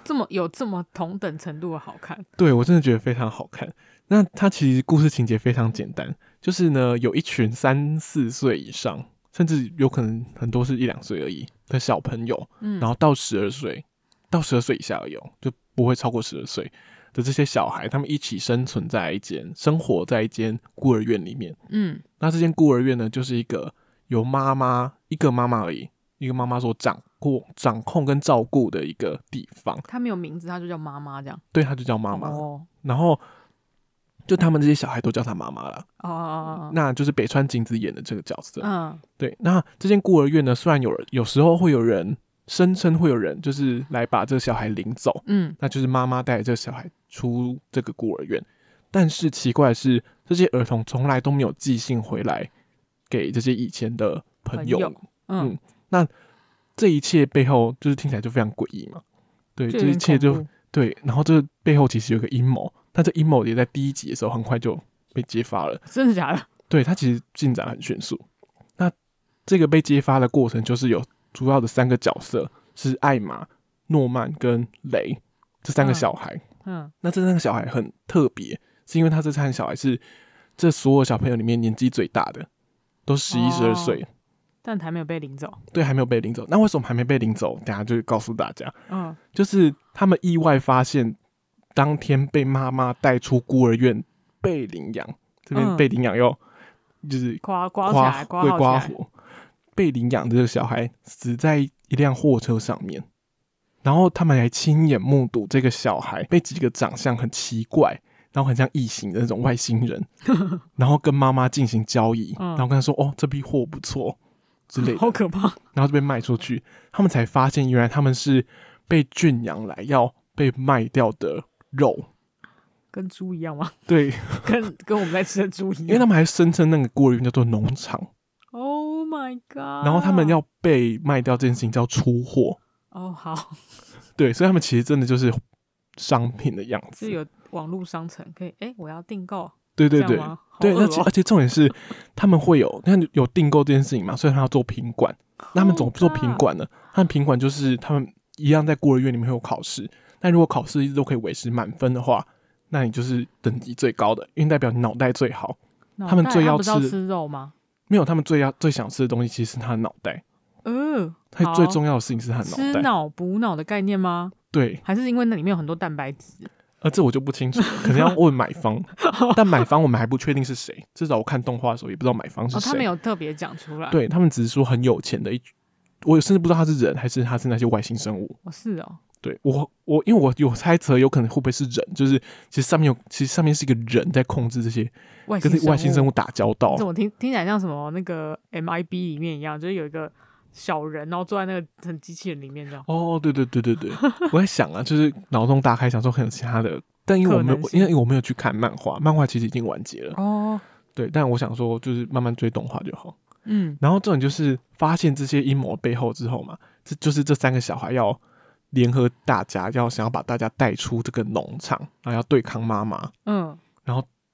A: 这么有这么同等程度的好看，
B: 对我真的觉得非常好看。那它其实故事情节非常简单，就是呢有一群三四岁以上，甚至有可能很多是一两岁而已的小朋友，
A: 嗯，
B: 然后到十二岁，到十二岁以下而已哦，就不会超过十二岁的这些小孩，他们一起生存在一间生活在一间孤儿院里面。
A: 嗯
B: 那这间孤儿院呢，就是一个由妈妈一个妈妈而已，一个妈妈所掌控、掌控跟照顾的一个地方。
A: 它没有名字，它就叫妈妈这样。
B: 对，她就叫妈妈。
A: 哦
B: 然后就他们这些小孩都叫她妈妈了。
A: 哦哦哦
B: 那就是北川景子演的这个角色。
A: 哦，
B: 对，那这间孤儿院呢，虽然有人有时候会有人声称会有人就是来把这个小孩领走，
A: 嗯嗯，
B: 那就是妈妈带着这个小孩出这个孤儿院。但是奇怪的是，这些儿童从来都没有寄信回来给这些以前的朋友。
A: 朋友嗯
B: 嗯，这一切背后就是听起来就非常诡异嘛。对，
A: 就
B: 这
A: 有
B: 一
A: 点
B: 切
A: 恐
B: 就
A: 怖
B: 对，然后这背后其实有个阴谋，但这阴谋也在第一集的时候很快就被揭发了。
A: 真的假的？
B: 对，它其实进展很迅速。那这个被揭发的过程就是有主要的三个角色是艾玛、诺曼跟雷这三个
A: 嗯
B: 小孩。
A: 嗯
B: 那这三个小孩很特别，是因为他这三个小孩是这所有小朋友里面年纪最大的，都十一、十二
A: 哦
B: 岁，
A: 但还没有被领走。
B: 对，还没有被领走。那为什么还没被领走？等一下就告诉大家，
A: 嗯，
B: 就是他们意外发现，当天被妈妈带出孤儿院被领养，这边
A: 嗯
B: 被领养又、就是
A: 刮刮起
B: 刮
A: 来，
B: 会
A: 刮
B: 刮
A: 好起来，
B: 火，被领养的这个小孩死在一辆货车上面，然后他们还亲眼目睹这个小孩被几个长相很奇怪，然后很像异形的那种外星 人，然后跟妈妈进行交易，
A: 嗯
B: 然后跟他说：“哦，这批货不错。”之类的，
A: 好可怕。
B: 然后就被卖出去，他们才发现原来他们是被圈养来要被卖掉的肉。
A: 跟猪一样吗？
B: 对，
A: 跟跟我们在吃的猪一
B: 因为
A: 样
B: 他们还声称那个孤儿院叫做农场，
A: ？Oh my god！
B: 然后他们要被卖掉这件事情叫出货。
A: 哦好，
B: 对，所以他们其实真的就是商品的样
A: 就
B: 子。
A: 有网络商城可以，哎，我要订购，
B: 对对
A: 这
B: 对
A: 样吗好
B: 对，
A: 恶
B: 那其
A: 哦
B: 而且重点是，他们会有，那有订购这件事情嘛，所以他要做品管。那他们怎么
A: Oh
B: 做品
A: god
B: 管呢？他们品管就是他们一样在孤儿院里面会有考试，那如果考试一直都可以维持满分的话，那你就是等级最高的，因为代表你脑袋最好。
A: 脑
B: 他们
A: 袋
B: 最要
A: 不是要
B: 吃
A: 吃肉吗？
B: 没有，他们最要最想吃的东西其实是他的脑袋，
A: 嗯，
B: 他
A: 好
B: 最重要的事情是他的
A: 哦吃
B: 脑袋。
A: 脑补脑的概念吗？
B: 对，
A: 还是因为那里面有很多蛋白质？
B: 呃，这我就不清楚，可能要问买 方。但买方我们还不确定是谁，至少我看动画的时候也不知道买方是
A: 哦，他没
B: 谁。
A: 有特别讲出来。，
B: 对他们只是说很有钱的一，我甚至不知道他是人还是他是那些外星生物。
A: 哦是哦，
B: 对我，我因为我有猜测，有可能会不会是人，就是其实上面有，其实上面是一个人在控制这些
A: 外
B: 跟
A: 星
B: 这外星生
A: 物，
B: 物打交道
A: 这。我听听起来像什么那个 MIB 里面一样，就是有一个小人，然后坐在那个很机器人里面这样。
B: 哦，对对对对对，我在想啊，就是脑洞大开，想说可能有其他的，但因为我没
A: 可
B: 有
A: 能，性
B: 因为我没有去看漫画，漫画其实已经完结了。
A: 哦，
B: 对，但我想说，就是慢慢追动画就好。
A: 嗯，
B: 然后重点就是发现这些阴谋背后之后嘛，这就是这三个小孩要联合大家，要想要把大家带出这个农场，然后要对抗妈妈。
A: 嗯，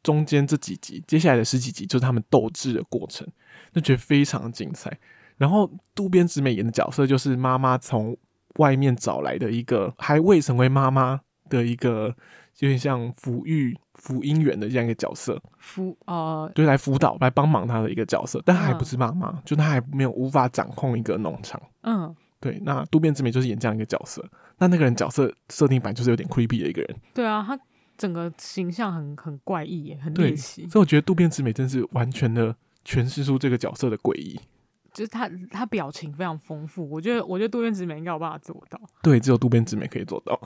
B: 中间这几集，接下来的十几集就是他们斗智的过程，就觉得非常精彩。然后渡边直美演的角色就是妈妈从外面找来的一个还未成为妈妈的一个，有点像抚育福音员的这样一个角色，
A: 夫呃，
B: 对，来辅导来帮忙她的一个角色，但她还
A: 嗯
B: 不是妈妈，就她还没有无法掌控一个农场。
A: 嗯，
B: 对，那渡边直美就是演这样一个角色。那那个人角色设定版就是有点 creepy 的一个人，
A: 对啊，他整个形象很很怪异耶，很
B: 对
A: 猎奇。
B: 所以我觉得渡边直美真是完全的诠释出这个角色的诡异。
A: 就是他他表情非常丰富，我觉得我觉得渡边直美应该有办法做到。
B: 对，只有渡边直美可以做到。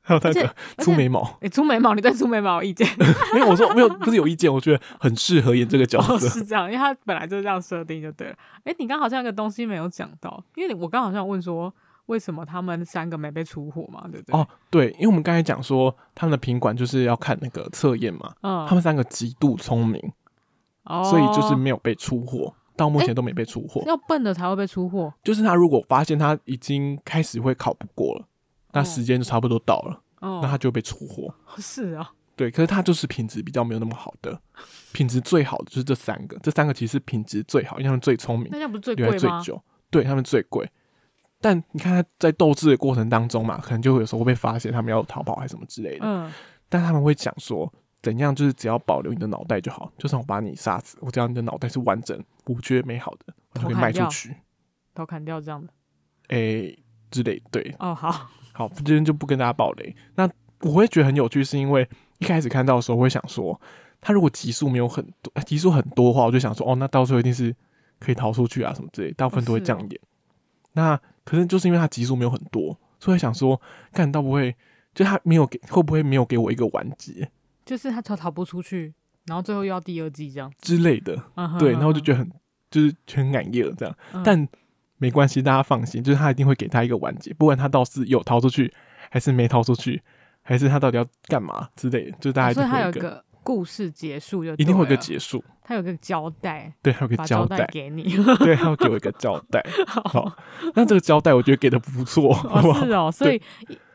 B: 还有那
A: 而且
B: 个
A: 而
B: 粗
A: 且
B: 眉毛，
A: 诶，粗眉毛，你对粗眉毛有意见？
B: 没有，我说没有，不是有意见，我觉得很适合演这个角
A: 哦，
B: 色。
A: 是这样，因为他本来就是这样设定就对了。诶，你刚好像有个东西没有讲到，因为你我刚好像问说为什么他们三个没被出火嘛，对不对？
B: 哦，对，因为我们刚才讲说他们的品管就是要看那个测验嘛，
A: 嗯，
B: 他们三个极度聪明，
A: 哦
B: 所以就是没有被出货，到目前都没被出货。
A: 要笨的才会被出货。
B: 就是他如果发现他已经开始会考不过了，那
A: 哦
B: 时间就差不多到了，
A: 哦，
B: 那他就会被出货。
A: 是啊，
B: 对，可是他就是品质比较没有那么好的，品质最好的就是这三个，这三个其实品质最好，因为他们最聪明
A: 那，这样不是最
B: 留在
A: 贵
B: 最
A: 吗？
B: 久，对他们最贵。但你看他在斗智的过程当中嘛，可能就会有时候会被发现他们要逃跑还是什么之类的，
A: 嗯，
B: 但他们会讲说怎样，就是只要保留你的脑袋就好，就算我把你杀死，我只要你的脑袋是完整、无缺、美好的，我就可以
A: 偷砍
B: 卖出
A: 掉
B: 去，
A: 头砍掉这样的。
B: 诶、之类。对，
A: 哦，好，
B: 好，今天就不跟大家爆雷。那我会觉得很有趣，是因为一开始看到的时候，我会想说，他如果集数没有很多，呃集数很多的话，我就想说，哦，那到时候一定是可以逃出去啊什么之类，大部分都会这样演。那可是就是因为他集数没有很多，所以我想说，看到不会，就他没有给，会不会没有给我一个完结
A: 就是他逃逃不出去，然后最后又要第二季这样。
B: 之类的？
A: 嗯哼
B: 对，
A: 哼
B: 然后我就
A: 哼
B: 觉得很就是很感业这样，
A: 嗯
B: 但没关系，大家放心，就是他一定会给他一个完结，不管他到是有逃出去，还是没逃出去，还是他到底要干嘛之类的，就是大家
A: 哦
B: 一
A: 所以
B: 定
A: 他
B: 会
A: 有
B: 有
A: 一个故事结束就，
B: 一定会有一个，结束，
A: 他有一个交代，
B: 对，还有一个
A: 把
B: 交
A: 交
B: 代，
A: 给你。
B: 对，他要给我一 个交代。好，那这个交代我觉得给的不错， 好不
A: 哦，
B: 好
A: 是？哦，所以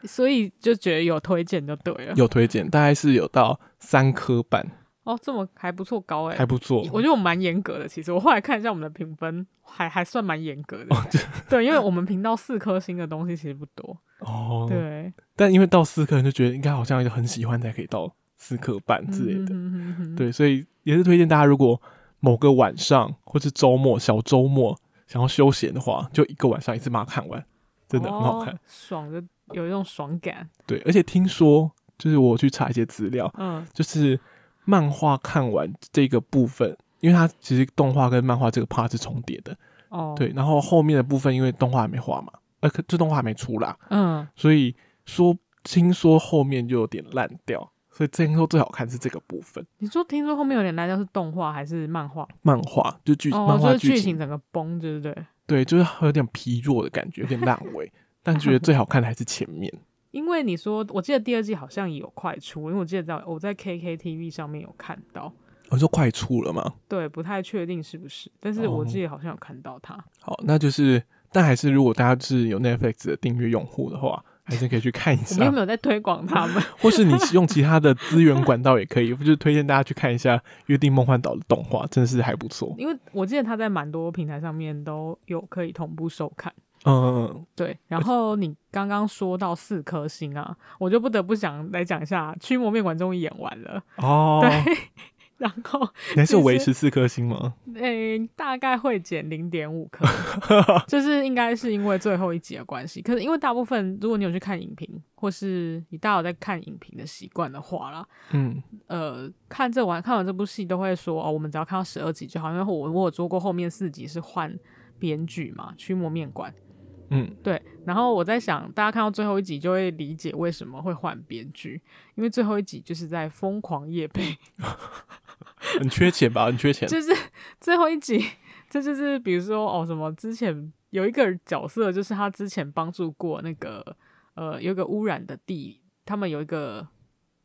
A: 所以就觉得有推荐就对了。
B: 有推荐，大概是有到三颗半，
A: 哦，这么还不错，高哎、
B: 还不错。
A: 我觉得我们蛮严格的，其实我后来看一下我们的评分，还还算蛮严格的。对，因为我们频道四颗星的东西其实不多。
B: 哦，
A: 对，
B: 但因为到四颗，你就觉得应该好像很喜欢才可以到四颗半之类的。
A: 嗯哼哼哼哼
B: 对，所以也是推荐大家，如果某个晚上或是周末小周末想要休闲的话，就一个晚上一次把它看完，真的很好看。
A: 哦爽的有一种爽感。
B: 对，而且听说就是我去查一些资料，
A: 嗯，
B: 就是漫画看完这个部分，因为它其实动画跟漫画这个 part 是重叠的，
A: 哦，，
B: 对，然后后面的部分因为动画还没画嘛，呃，可这动画还没出啦，
A: 嗯，
B: 所以说听说后面就有点烂掉，所以听说最好看是这个部分。
A: 你说听说后面有点烂掉，是动画还是漫画？
B: 漫画就剧、
A: 哦
B: 漫，
A: 所
B: 画
A: 以
B: 剧
A: 剧
B: 情
A: 情整个崩，对不对？
B: 对，就是有点疲弱的感觉，有点烂 尾。但觉得最好看的还是前面。
A: 因为你说，我记得第二季好像有快出，因为我记得在我在 KKTV 上面有看到，
B: 我说哦快出了嘛，
A: 对，不太确定是不是，但是我
B: 哦
A: 记得好像有看到它。
B: 好，那就是，但还是如果大家就是有 Netflix 的订阅用户的话，还是可啊以去看一
A: 我们又
B: 下，
A: 没有在推广他们，
B: 或是你用其他的资源管道也可以，就是推荐大家去看一下《约定梦幻岛》的动画，真的是还不错。
A: 因为我记得它在蛮多平台上面都有可以同步收看。
B: 嗯，
A: 对，然后你刚刚说到四颗星啊，我就不得不想来讲一下《驱魔面馆》终于演完了。
B: 哦，
A: 然后
B: 你还是有维持四颗星吗？
A: 诶、大概会减零点五颗，就是应该是因为最后一集的关系。可是因为大部分，如果你有去看影评，或是你大有在看影评的习惯的话啦，
B: 嗯，
A: 呃，看这完看完这部戏都会说哦，我们只要看到十二集就好，因为我我有做过后面四集是换编剧嘛，驱魔面馆。
B: 嗯，
A: 对，然后我在想，大家看到最后一集就会理解为什么会换编剧，因为最后一集就是在疯狂夜配，
B: 很缺钱吧？很缺钱。
A: 就是最后一集，这就是比如说哦，什么之前有一个角色，就是他之前帮助过那个呃，有一个污染的地，他们有一个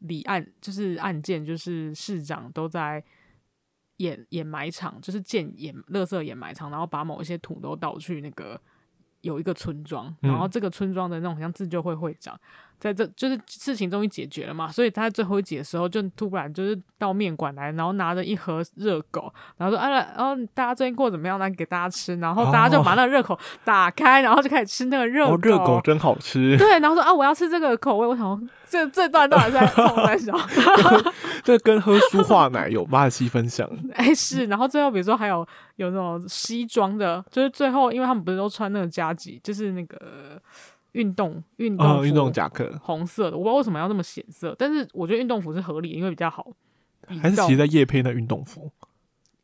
A: 里案，就是案件，就是市长都在掩掩埋场，就是建掩垃圾掩埋场，然后把某一些土都倒去那个。有一个村庄，
B: 嗯
A: 然后这个村庄的那种像自救会会长，在这就是事情终于解决了嘛，所以他在最后一集的时候就突然就是到面馆来，然后拿着一盒热狗，然后说啊，然后大家最近过得怎么样呢？给大家吃，然后大家就把那个热狗打开，然后就开始吃那个热
B: 哦，热狗真好吃，
A: 对，然后说啊，我要吃这个口味。我想说 这这段到底在冲在想，
B: 这跟喝舒化奶有八十七 分享。
A: 哎
B: 嗯
A: 是，然后最后比如说还有有那种西装的，就是最后因为他们不是都穿那个夹击，就是那个运动运动
B: 嗯，
A: 服
B: 运动夹克
A: 红色的，我不知道为什么要那么显色，但是我觉得运动服是合理的，因为比较好移动。
B: 还是其实在夜配那运动服，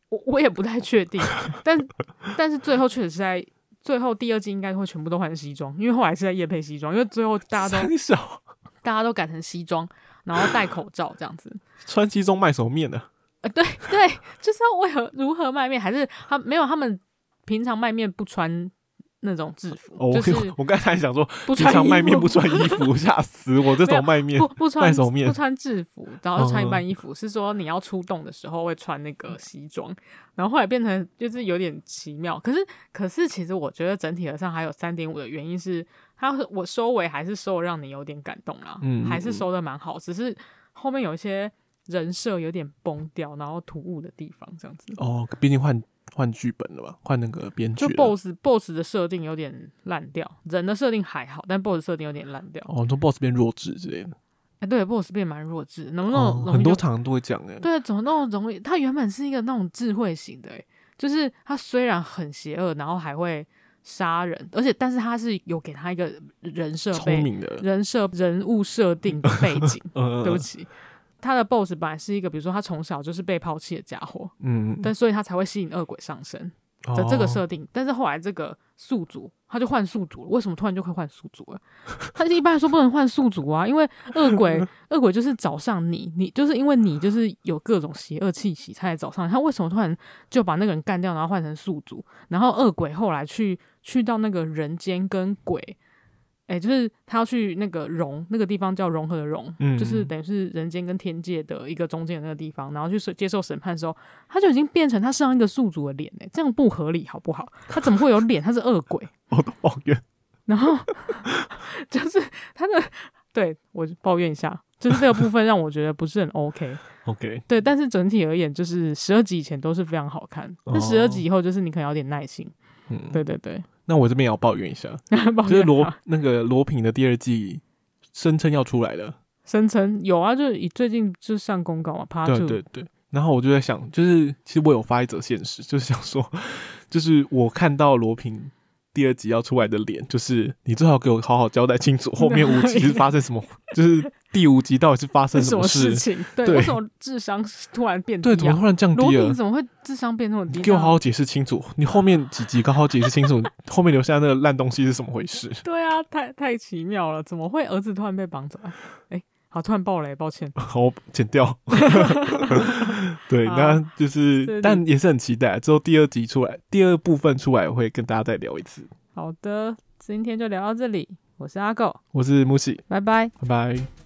A: 我我也不太确定，但但是最后确实是在最后第二季应该会全部都换西装，因为后来是在夜配西装，因为最后大家都
B: 三小
A: 大家都改成西装，然后戴口罩这样子。
B: 穿西装卖什么面呢？
A: 呃，对对，就是要为何如何卖面，还是他没有他们平常卖面不穿那种制服，
B: 哦，
A: 就是
B: 我我刚才想说，
A: 不
B: 平
A: 穿
B: 常卖
A: 衣
B: 面
A: 服
B: 不穿衣 服，吓死我！这种卖面
A: 不不穿
B: 卖手面
A: 不穿制服，然后就穿一半
B: 嗯
A: 衣服，是说你要出动的时候会穿那个西装，然后后来变成就是有点奇妙。可是可是其实我觉得整体而上还有三点五的原因是，它我收尾还是收让你有点感动啦，
B: 嗯嗯
A: 还是
B: 嗯
A: 收的蛮好，只是后面有一些人设有点崩掉，然后突兀的地方这样子。
B: 哦，毕竟换换剧本了吧，换那个编剧
A: 就
B: 了。
A: BOSS BOSS 的设定有点烂掉，人的设定还好，但 BOSS 设定有点烂掉。
B: 哦，都 boss 变弱智之类的，
A: 哎、对，BOSS 变蛮弱智，能不能
B: 哦
A: 容易、，
B: 很多场都会讲的。
A: 对，怎么那么容易？他原本是一个那种智慧型的、欸，就是他虽然很邪恶，然后还会杀人，而且但是他是有给他一个人设
B: 聪
A: 背
B: 明的，
A: 人设人物设 定的背景。
B: 嗯，
A: 对不 起，他的 BOSS 本来是一个，比如说他从小就是被抛弃的家伙，
B: 嗯，嗯，
A: 但所以他才会吸引恶鬼上身的
B: 哦
A: 这个设定。但是后来这个宿主他就换宿主了，为什么突然就会换宿主了？他一般来说不能换宿主啊，因为恶鬼恶鬼就是找上你，你就是因为你就是有各种邪恶气息，他才找上你。他为什么突然就把那个人干掉，然后换成宿主？然后恶鬼后来去去到那个人间跟鬼，哎、就是他要去那个融那个地方叫融合的融，
B: 嗯
A: 就是等于是人间跟天界的一个中间的那个地方，然后去接受审判的时候，他就已经变成他身上一个宿主的脸哎、这样不合理好不好？他怎么会有脸？他是恶鬼。
B: 我都抱怨，
A: 然后 就是他的，对我抱怨一下，就是这个部分让我觉得不是很 OK。
B: OK，
A: 对，但是整体而言，就是十二集以前都是非常好看，那十二
B: 哦
A: 集以后就是你可能有点耐心。
B: 嗯，
A: 对对对，
B: 那我这边也要抱怨一下，
A: 抱
B: 嗯就是
A: 怨
B: 罗
A: 他
B: 那个罗品的第二季声称要出来了，
A: 声称有啊，就是以最近就上公告嘛，Part
B: 对
A: Two，
B: 对对。然后我就在想，就是其实我有发一则现实，就是想说，就是我看到罗品第二集要出来的脸，就是你最好给我好好交代清楚，后面五集是发生什么，就是第五集到底是发生
A: 是什么
B: 事
A: 事？情？ 对，
B: 对
A: 为什么智商突然变低、
B: 对，
A: 啊？
B: 怎么突然降
A: 罗
B: 低
A: 平
B: 了？
A: 怎么会智商变那么低？
B: 给我好好解释清楚，你后面几集好好解释清楚，后面留下那个烂东西是什么回事？
A: 对啊，太太奇妙了，怎么会儿子突然被绑走？哎、好，突然爆雷，抱歉。
B: 好，我 剪掉。对，
A: 好
B: 那就是，
A: 对
B: 但也是很期待之后第二集出来，第二部分出来我会跟大家再聊一次。
A: 好的，今天就聊到这里，我是阿狗，
B: 我是木喜，
A: 拜拜。
B: 拜拜。